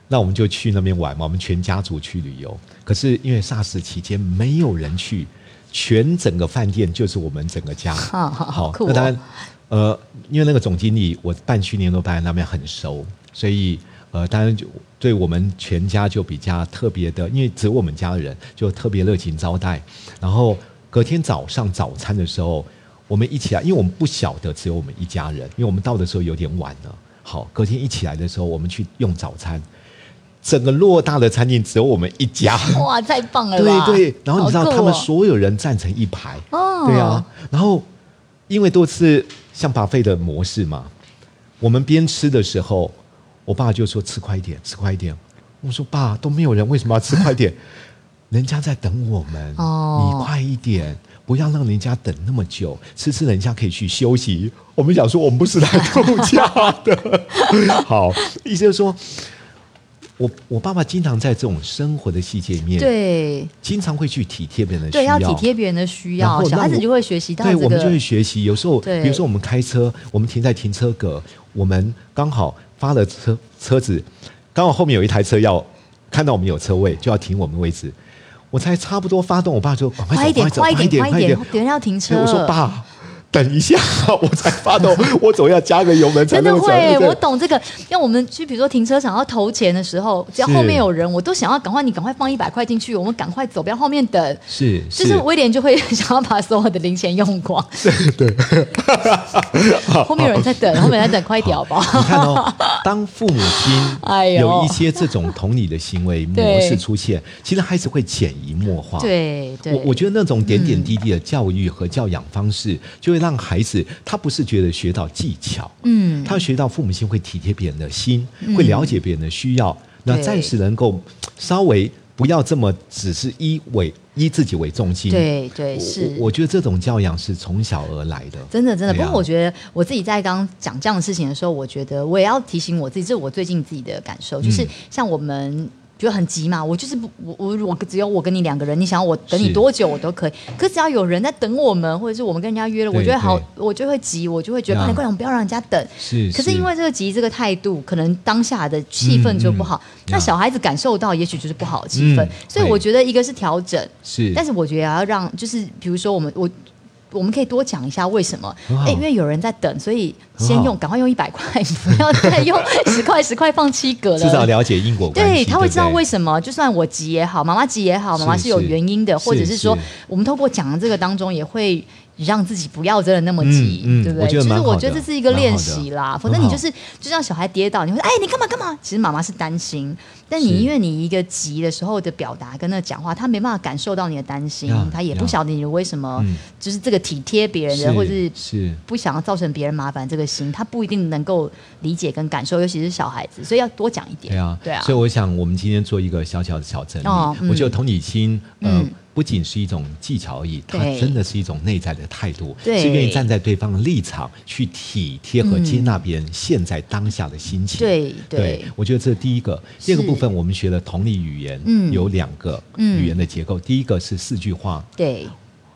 [SPEAKER 2] 那我们就去那边玩嘛，我们全家族去旅游。可是因为 SARS 期间没有人去，全整个饭店就是我们整个家。
[SPEAKER 1] 好好好酷
[SPEAKER 2] 那当然
[SPEAKER 1] 哦，
[SPEAKER 2] 呃，因为那个总经理我办训练都办在那边很熟，所以呃，当然就对我们全家就比较特别的，因为只有我们家人就特别热情招待。然后隔天早上早餐的时候。我们一起来，因为我们不晓得只有我们一家人，因为我们到的时候有点晚了。好，隔天一起来的时候，我们去用早餐，整个偌大的餐厅只有我们一家。
[SPEAKER 1] 哇，太棒了
[SPEAKER 2] 对
[SPEAKER 1] 吧！
[SPEAKER 2] 对，然后你知道
[SPEAKER 1] 啊好酷
[SPEAKER 2] 他们
[SPEAKER 1] 哦
[SPEAKER 2] 所有人站成一排，
[SPEAKER 1] 哦
[SPEAKER 2] 对啊，然后因为都是像巴菲的模式嘛，我们边吃的时候，我爸就说吃快一点，吃快一点。我说爸都没有人，为什么要吃快一 点？人家在等我们，
[SPEAKER 1] 哦
[SPEAKER 2] 你快一点，不要让人家等那么久，吃吃人家可以去休息。我们想说，我们不是来度假的。 好，意思就是说，我我爸爸经常在这种生活的细节里面，
[SPEAKER 1] 对
[SPEAKER 2] 经常会去体贴别人的需
[SPEAKER 1] 对，
[SPEAKER 2] 要，
[SPEAKER 1] 要体贴别人的需
[SPEAKER 2] 然
[SPEAKER 1] 要，
[SPEAKER 2] 后
[SPEAKER 1] 小孩
[SPEAKER 2] 让
[SPEAKER 1] 子
[SPEAKER 2] 我
[SPEAKER 1] 就会学习到
[SPEAKER 2] 对，
[SPEAKER 1] 这
[SPEAKER 2] 我们就会
[SPEAKER 1] 个。
[SPEAKER 2] 学习。有时候，
[SPEAKER 1] 对
[SPEAKER 2] 比如说我们开车，我们停在停车格，我们刚好发了车车子，刚好后面有一台车要看到我们有车位，就要停我们位置。我才差不多发动，我爸就赶快走，
[SPEAKER 1] 快一点，
[SPEAKER 2] 快
[SPEAKER 1] 快
[SPEAKER 2] 走
[SPEAKER 1] 一点，
[SPEAKER 2] 快
[SPEAKER 1] 快一
[SPEAKER 2] 一
[SPEAKER 1] 点
[SPEAKER 2] 点，，
[SPEAKER 1] 别人要停
[SPEAKER 2] 所
[SPEAKER 1] 车。
[SPEAKER 2] 以我说爸，等一下， 我才发动，我总要加个油门才
[SPEAKER 1] 真的
[SPEAKER 2] 能够走。对
[SPEAKER 1] 会，
[SPEAKER 2] 不对
[SPEAKER 1] 我懂这个。像我们去，比如说停车场要投钱的时候，只要后面有人，我都想要赶快，你赶快放一百块进去，我们赶快走，不要后面等。
[SPEAKER 2] 是
[SPEAKER 1] 就是威廉就会 想要把所有的零钱用光， 对，后面有人在等，后面有人在等，快一点好不 好？
[SPEAKER 2] 你看哦，当父母
[SPEAKER 1] 哎
[SPEAKER 2] 亲
[SPEAKER 1] 呦
[SPEAKER 2] 有一些这种同理的行为模式出现，其实孩子会潜移默化。
[SPEAKER 1] 对对，嗯
[SPEAKER 2] 我我觉得那种点点滴滴的教育和教养方式，就会让孩子他不是觉得学到技巧，
[SPEAKER 1] 嗯
[SPEAKER 2] 他学到父母亲会体贴别人的心，会了解别人的需要，那
[SPEAKER 1] 对
[SPEAKER 2] 暂时能够稍微不要这么只是以为以自己为重心。
[SPEAKER 1] 对对
[SPEAKER 2] 我
[SPEAKER 1] 是
[SPEAKER 2] 我我觉得这种教养是从小而来的。
[SPEAKER 1] 真的真的。
[SPEAKER 2] 对
[SPEAKER 1] 不
[SPEAKER 2] 啊
[SPEAKER 1] 过我觉得我自己在刚刚讲这样的事情的时候，我觉得我也要提醒我自己，这是我最近自己的感受，就是
[SPEAKER 2] 嗯
[SPEAKER 1] 像我们。觉得很急嘛，我就是不，我我我只有我跟你两个人，你想我等你
[SPEAKER 2] 是
[SPEAKER 1] 多久我都可以。可只要有人在等我们，或者是我们跟人家约了，我
[SPEAKER 2] 对
[SPEAKER 1] 就会好
[SPEAKER 2] 对，
[SPEAKER 1] 我就会急，我就会觉得
[SPEAKER 2] 呀
[SPEAKER 1] 快点快点，我们不要让人家等。
[SPEAKER 2] 是，
[SPEAKER 1] 可是因为这个急这个态度，可能当下的气氛就不好，
[SPEAKER 2] 嗯
[SPEAKER 1] 那
[SPEAKER 2] 呀
[SPEAKER 1] 小孩子感受到也许就是不好的气氛。
[SPEAKER 2] 嗯
[SPEAKER 1] 所以
[SPEAKER 2] 对
[SPEAKER 1] 我觉得一个是调整，
[SPEAKER 2] 是，
[SPEAKER 1] 但是我觉得也要让，就是比如说我们我。我们可以多讲一下为什么？
[SPEAKER 2] 很好
[SPEAKER 1] 哎，因为有人在等，所以
[SPEAKER 2] 很
[SPEAKER 1] 先
[SPEAKER 2] 好
[SPEAKER 1] 用，赶快用一百块， 不要再用十块，十块放七格了。
[SPEAKER 2] 至少了解因果关
[SPEAKER 1] 对，
[SPEAKER 2] 系，
[SPEAKER 1] 他会
[SPEAKER 2] 不
[SPEAKER 1] 知道为什么，就算我急也好，妈妈急也好，妈妈
[SPEAKER 2] 是
[SPEAKER 1] 是有
[SPEAKER 2] 是
[SPEAKER 1] 原因的，或者
[SPEAKER 2] 是
[SPEAKER 1] 是说
[SPEAKER 2] 是，
[SPEAKER 1] 我们透过讲的这个当中，也会让自己不要真的那么急，
[SPEAKER 2] 嗯嗯
[SPEAKER 1] 对不
[SPEAKER 2] 我
[SPEAKER 1] 对？
[SPEAKER 2] 觉
[SPEAKER 1] 就
[SPEAKER 2] 得
[SPEAKER 1] 是
[SPEAKER 2] 蛮
[SPEAKER 1] 我
[SPEAKER 2] 好
[SPEAKER 1] 觉得
[SPEAKER 2] 的
[SPEAKER 1] 这是一个
[SPEAKER 2] 蛮
[SPEAKER 1] 练
[SPEAKER 2] 好的
[SPEAKER 1] 习啦，
[SPEAKER 2] 很
[SPEAKER 1] 否则你
[SPEAKER 2] 好
[SPEAKER 1] 就是就像小孩跌倒，你会说，哎，你干嘛干嘛？其实妈妈是担心，但你
[SPEAKER 2] 是
[SPEAKER 1] 因为你一个急的时候的表达跟那讲话，他没办法感受到你的担心
[SPEAKER 2] 呀，
[SPEAKER 1] 他也不
[SPEAKER 2] 呀
[SPEAKER 1] 晓得你为什么
[SPEAKER 2] 嗯
[SPEAKER 1] 就是这个体贴别人的，或者是
[SPEAKER 2] 是。是
[SPEAKER 1] 不想要造成别人麻烦，这个心他不一定能够理解跟感受，尤其是小孩子，所以要多讲一点。
[SPEAKER 2] 对啊，
[SPEAKER 1] 对啊，
[SPEAKER 2] 所以我想，我们今天做一个小小的小整理，
[SPEAKER 1] 哦嗯
[SPEAKER 2] 我觉得同理心，呃，
[SPEAKER 1] 嗯
[SPEAKER 2] 不仅是一种技巧而已，它
[SPEAKER 1] 对
[SPEAKER 2] 真的是一种内在的态度，
[SPEAKER 1] 对
[SPEAKER 2] 是愿意站在对方的立场去体贴和接纳别人现在当下的心情。
[SPEAKER 1] 对对
[SPEAKER 2] 我觉得这是第一个。第二个
[SPEAKER 1] 是
[SPEAKER 2] 部分，我们学的同理语言，
[SPEAKER 1] 嗯
[SPEAKER 2] 有两个
[SPEAKER 1] 嗯
[SPEAKER 2] 语言的结构，第一个是四句话。
[SPEAKER 1] 对，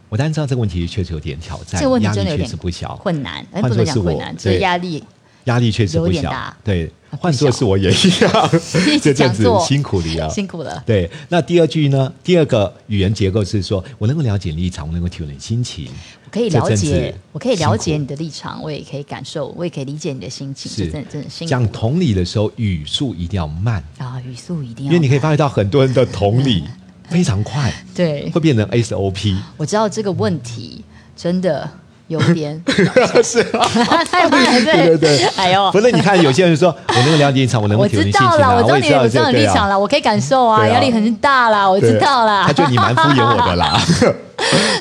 [SPEAKER 2] 我当然知道这个问题确实有点挑战，
[SPEAKER 1] 这个问题
[SPEAKER 2] 压
[SPEAKER 1] 真
[SPEAKER 2] 力
[SPEAKER 1] 的有
[SPEAKER 2] 确
[SPEAKER 1] 点
[SPEAKER 2] 实不小，
[SPEAKER 1] 困难，哎，
[SPEAKER 2] 换
[SPEAKER 1] 不
[SPEAKER 2] 作
[SPEAKER 1] 能讲
[SPEAKER 2] 是
[SPEAKER 1] 困
[SPEAKER 2] 我
[SPEAKER 1] 难，这
[SPEAKER 2] 对
[SPEAKER 1] 是压力。
[SPEAKER 2] 压力确实
[SPEAKER 1] 有
[SPEAKER 2] 不
[SPEAKER 1] 点
[SPEAKER 2] 小
[SPEAKER 1] 大。啊
[SPEAKER 2] 对，
[SPEAKER 1] 不
[SPEAKER 2] 换作
[SPEAKER 1] 小，
[SPEAKER 2] 是我也一样 这阵
[SPEAKER 1] 讲
[SPEAKER 2] 子
[SPEAKER 1] 座
[SPEAKER 2] 辛苦你啊，
[SPEAKER 1] 辛苦了。
[SPEAKER 2] 对，那第二句呢？第二个语言结构是说我能够了解立场，我能够体会你的心情。
[SPEAKER 1] 我可以
[SPEAKER 2] 这
[SPEAKER 1] 了
[SPEAKER 2] 阵
[SPEAKER 1] 解
[SPEAKER 2] 子，
[SPEAKER 1] 我可以了解
[SPEAKER 2] 辛苦
[SPEAKER 1] 你的立场，我也可以感受，我也可以理解你的心情，这真的真的辛苦
[SPEAKER 2] 讲同理的时候，语速一定要慢，
[SPEAKER 1] 啊！语速一定
[SPEAKER 2] 因为你
[SPEAKER 1] 要
[SPEAKER 2] 可以发觉到很多人的同理非常快，
[SPEAKER 1] 对
[SPEAKER 2] 会，变成 SOP。
[SPEAKER 1] 我知道这个问题真的有 点是啊， 太慢了，
[SPEAKER 2] 对对对
[SPEAKER 1] 哎呦，
[SPEAKER 2] 不是，你看有些人说，我能够了解你场，我能够
[SPEAKER 1] 我
[SPEAKER 2] 体会
[SPEAKER 1] 知
[SPEAKER 2] 你心情
[SPEAKER 1] 道啦，
[SPEAKER 2] 啊，
[SPEAKER 1] 我知道
[SPEAKER 2] 也
[SPEAKER 1] 你
[SPEAKER 2] 知道
[SPEAKER 1] 我知道你
[SPEAKER 2] 对
[SPEAKER 1] 立
[SPEAKER 2] 啊
[SPEAKER 1] 场啦，我可以感受啊，
[SPEAKER 2] 对啊
[SPEAKER 1] 压力很大啦，我
[SPEAKER 2] 对
[SPEAKER 1] 知道啦
[SPEAKER 2] 他。觉得你蛮敷衍我的 啦。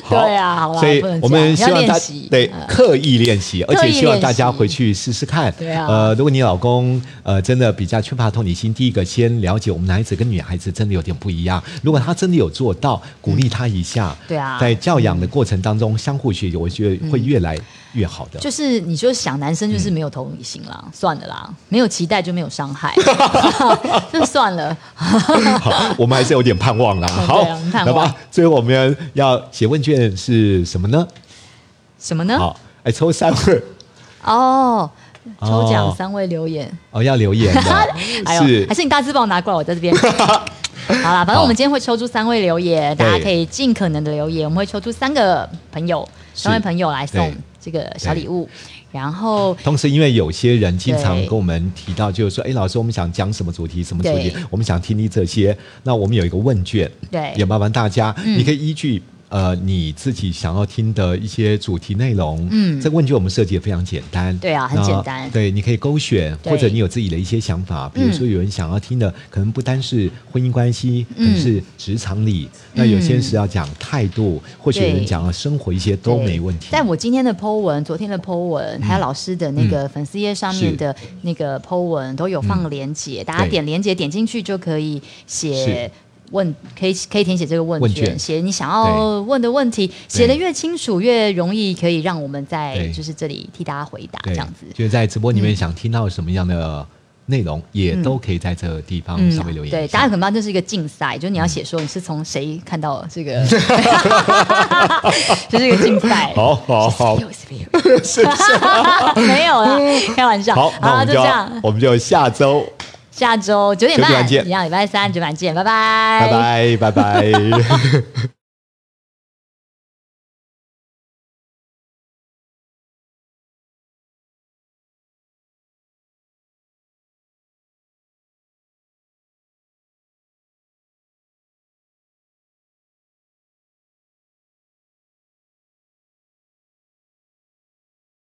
[SPEAKER 2] 好
[SPEAKER 1] 对啊好啦
[SPEAKER 2] 所以
[SPEAKER 1] 不能这样
[SPEAKER 2] 我们希望
[SPEAKER 1] 要
[SPEAKER 2] 大
[SPEAKER 1] 练
[SPEAKER 2] 家
[SPEAKER 1] 习
[SPEAKER 2] 对
[SPEAKER 1] 嗯
[SPEAKER 2] 刻意练习，而
[SPEAKER 1] 刻
[SPEAKER 2] 且
[SPEAKER 1] 意
[SPEAKER 2] 希望大家
[SPEAKER 1] 练习
[SPEAKER 2] 回去试试看。
[SPEAKER 1] 对啊
[SPEAKER 2] 呃，如果你老公呃真的比较缺乏同理心，第一个先了解我们男孩子跟女孩子真的有点不一样。如果他真的有做到，鼓励他一下。
[SPEAKER 1] 对啊
[SPEAKER 2] 在教养的过程当中相互学习，我觉得会越来越好 的。
[SPEAKER 1] 就是你就想男生就是没有同理心啦，算了啦，没有期待就没有伤 害， 就算了。
[SPEAKER 2] 好， 我们还是有点盼望啦。
[SPEAKER 1] 嗯
[SPEAKER 2] 好
[SPEAKER 1] 啊对啊我们，盼
[SPEAKER 2] 那
[SPEAKER 1] 望
[SPEAKER 2] 么最后我们要写问卷是什么呢？
[SPEAKER 1] 什么呢？
[SPEAKER 2] 好，哎，抽三位
[SPEAKER 1] 哦，抽奖
[SPEAKER 2] 哦
[SPEAKER 1] 三位留言，，
[SPEAKER 2] 哦，要留言的
[SPEAKER 1] 哎
[SPEAKER 2] 是
[SPEAKER 1] 呦，还是你大字报拿过来，我在这 边。好啦，反正我们今天会抽出三位留言，
[SPEAKER 2] 对
[SPEAKER 1] 大家可以尽可能的留言，我们会抽出三个朋友，
[SPEAKER 2] 是
[SPEAKER 1] 三位朋友来送
[SPEAKER 2] 对
[SPEAKER 1] 这个小礼物，然后
[SPEAKER 2] 同时，因为有些人经常
[SPEAKER 1] 对
[SPEAKER 2] 跟我们提到，就是说，哎，老师，我们想讲什么主题，什么主题
[SPEAKER 1] 对，
[SPEAKER 2] 我们想听听这些。那我们有一个问卷，
[SPEAKER 1] 对
[SPEAKER 2] 也麻烦大家，
[SPEAKER 1] 嗯
[SPEAKER 2] 你可以依据。呃，你自己想要听的一些主题内容，
[SPEAKER 1] 嗯
[SPEAKER 2] 这个问卷我们设计也非常简单，
[SPEAKER 1] 对啊很
[SPEAKER 2] 那
[SPEAKER 1] 简单
[SPEAKER 2] 对，你可以勾选，
[SPEAKER 1] 对嗯
[SPEAKER 2] 或者你有自己的一些想法，比如说有人想要听的，可能不单是婚姻关系，可能
[SPEAKER 1] 嗯
[SPEAKER 2] 是职场里，那有些人是要讲态度，或许有人讲了生活一些都
[SPEAKER 1] 对
[SPEAKER 2] 没问题。嗯
[SPEAKER 1] 在我今天的 Po 文、昨天的 Po 文，还有老师的那个粉丝页上面的那个 Po 文，都有放连结，大家
[SPEAKER 2] 对
[SPEAKER 1] 点连结点进去就可以
[SPEAKER 2] 是
[SPEAKER 1] 写。问可以可以填写这个问
[SPEAKER 2] 问
[SPEAKER 1] 卷，
[SPEAKER 2] 卷
[SPEAKER 1] 写你想要问的问题，写的越清楚越容易，可以让我们在
[SPEAKER 2] 对
[SPEAKER 1] 就是这里替大家回答
[SPEAKER 2] 对，
[SPEAKER 1] 这样子。嗯
[SPEAKER 2] 就是在直播里面想听到什么样的内容，也都可以在这个地方稍微留言一下。
[SPEAKER 1] 嗯对，大家很棒，这是一个竞赛，就是你要写说你是从谁看到这 个， 这是一个竞赛。
[SPEAKER 2] 好好好， 是不是？
[SPEAKER 1] 没有啦，开玩笑。
[SPEAKER 2] 嗯好，那我
[SPEAKER 1] 啦
[SPEAKER 2] 们
[SPEAKER 1] 就
[SPEAKER 2] 就
[SPEAKER 1] 这样。
[SPEAKER 2] 我们就下周，
[SPEAKER 1] 下周九点
[SPEAKER 2] 9点半
[SPEAKER 1] 半
[SPEAKER 2] 见
[SPEAKER 1] 哎一样，礼拜三九点半见，拜拜，
[SPEAKER 2] 拜拜拜拜。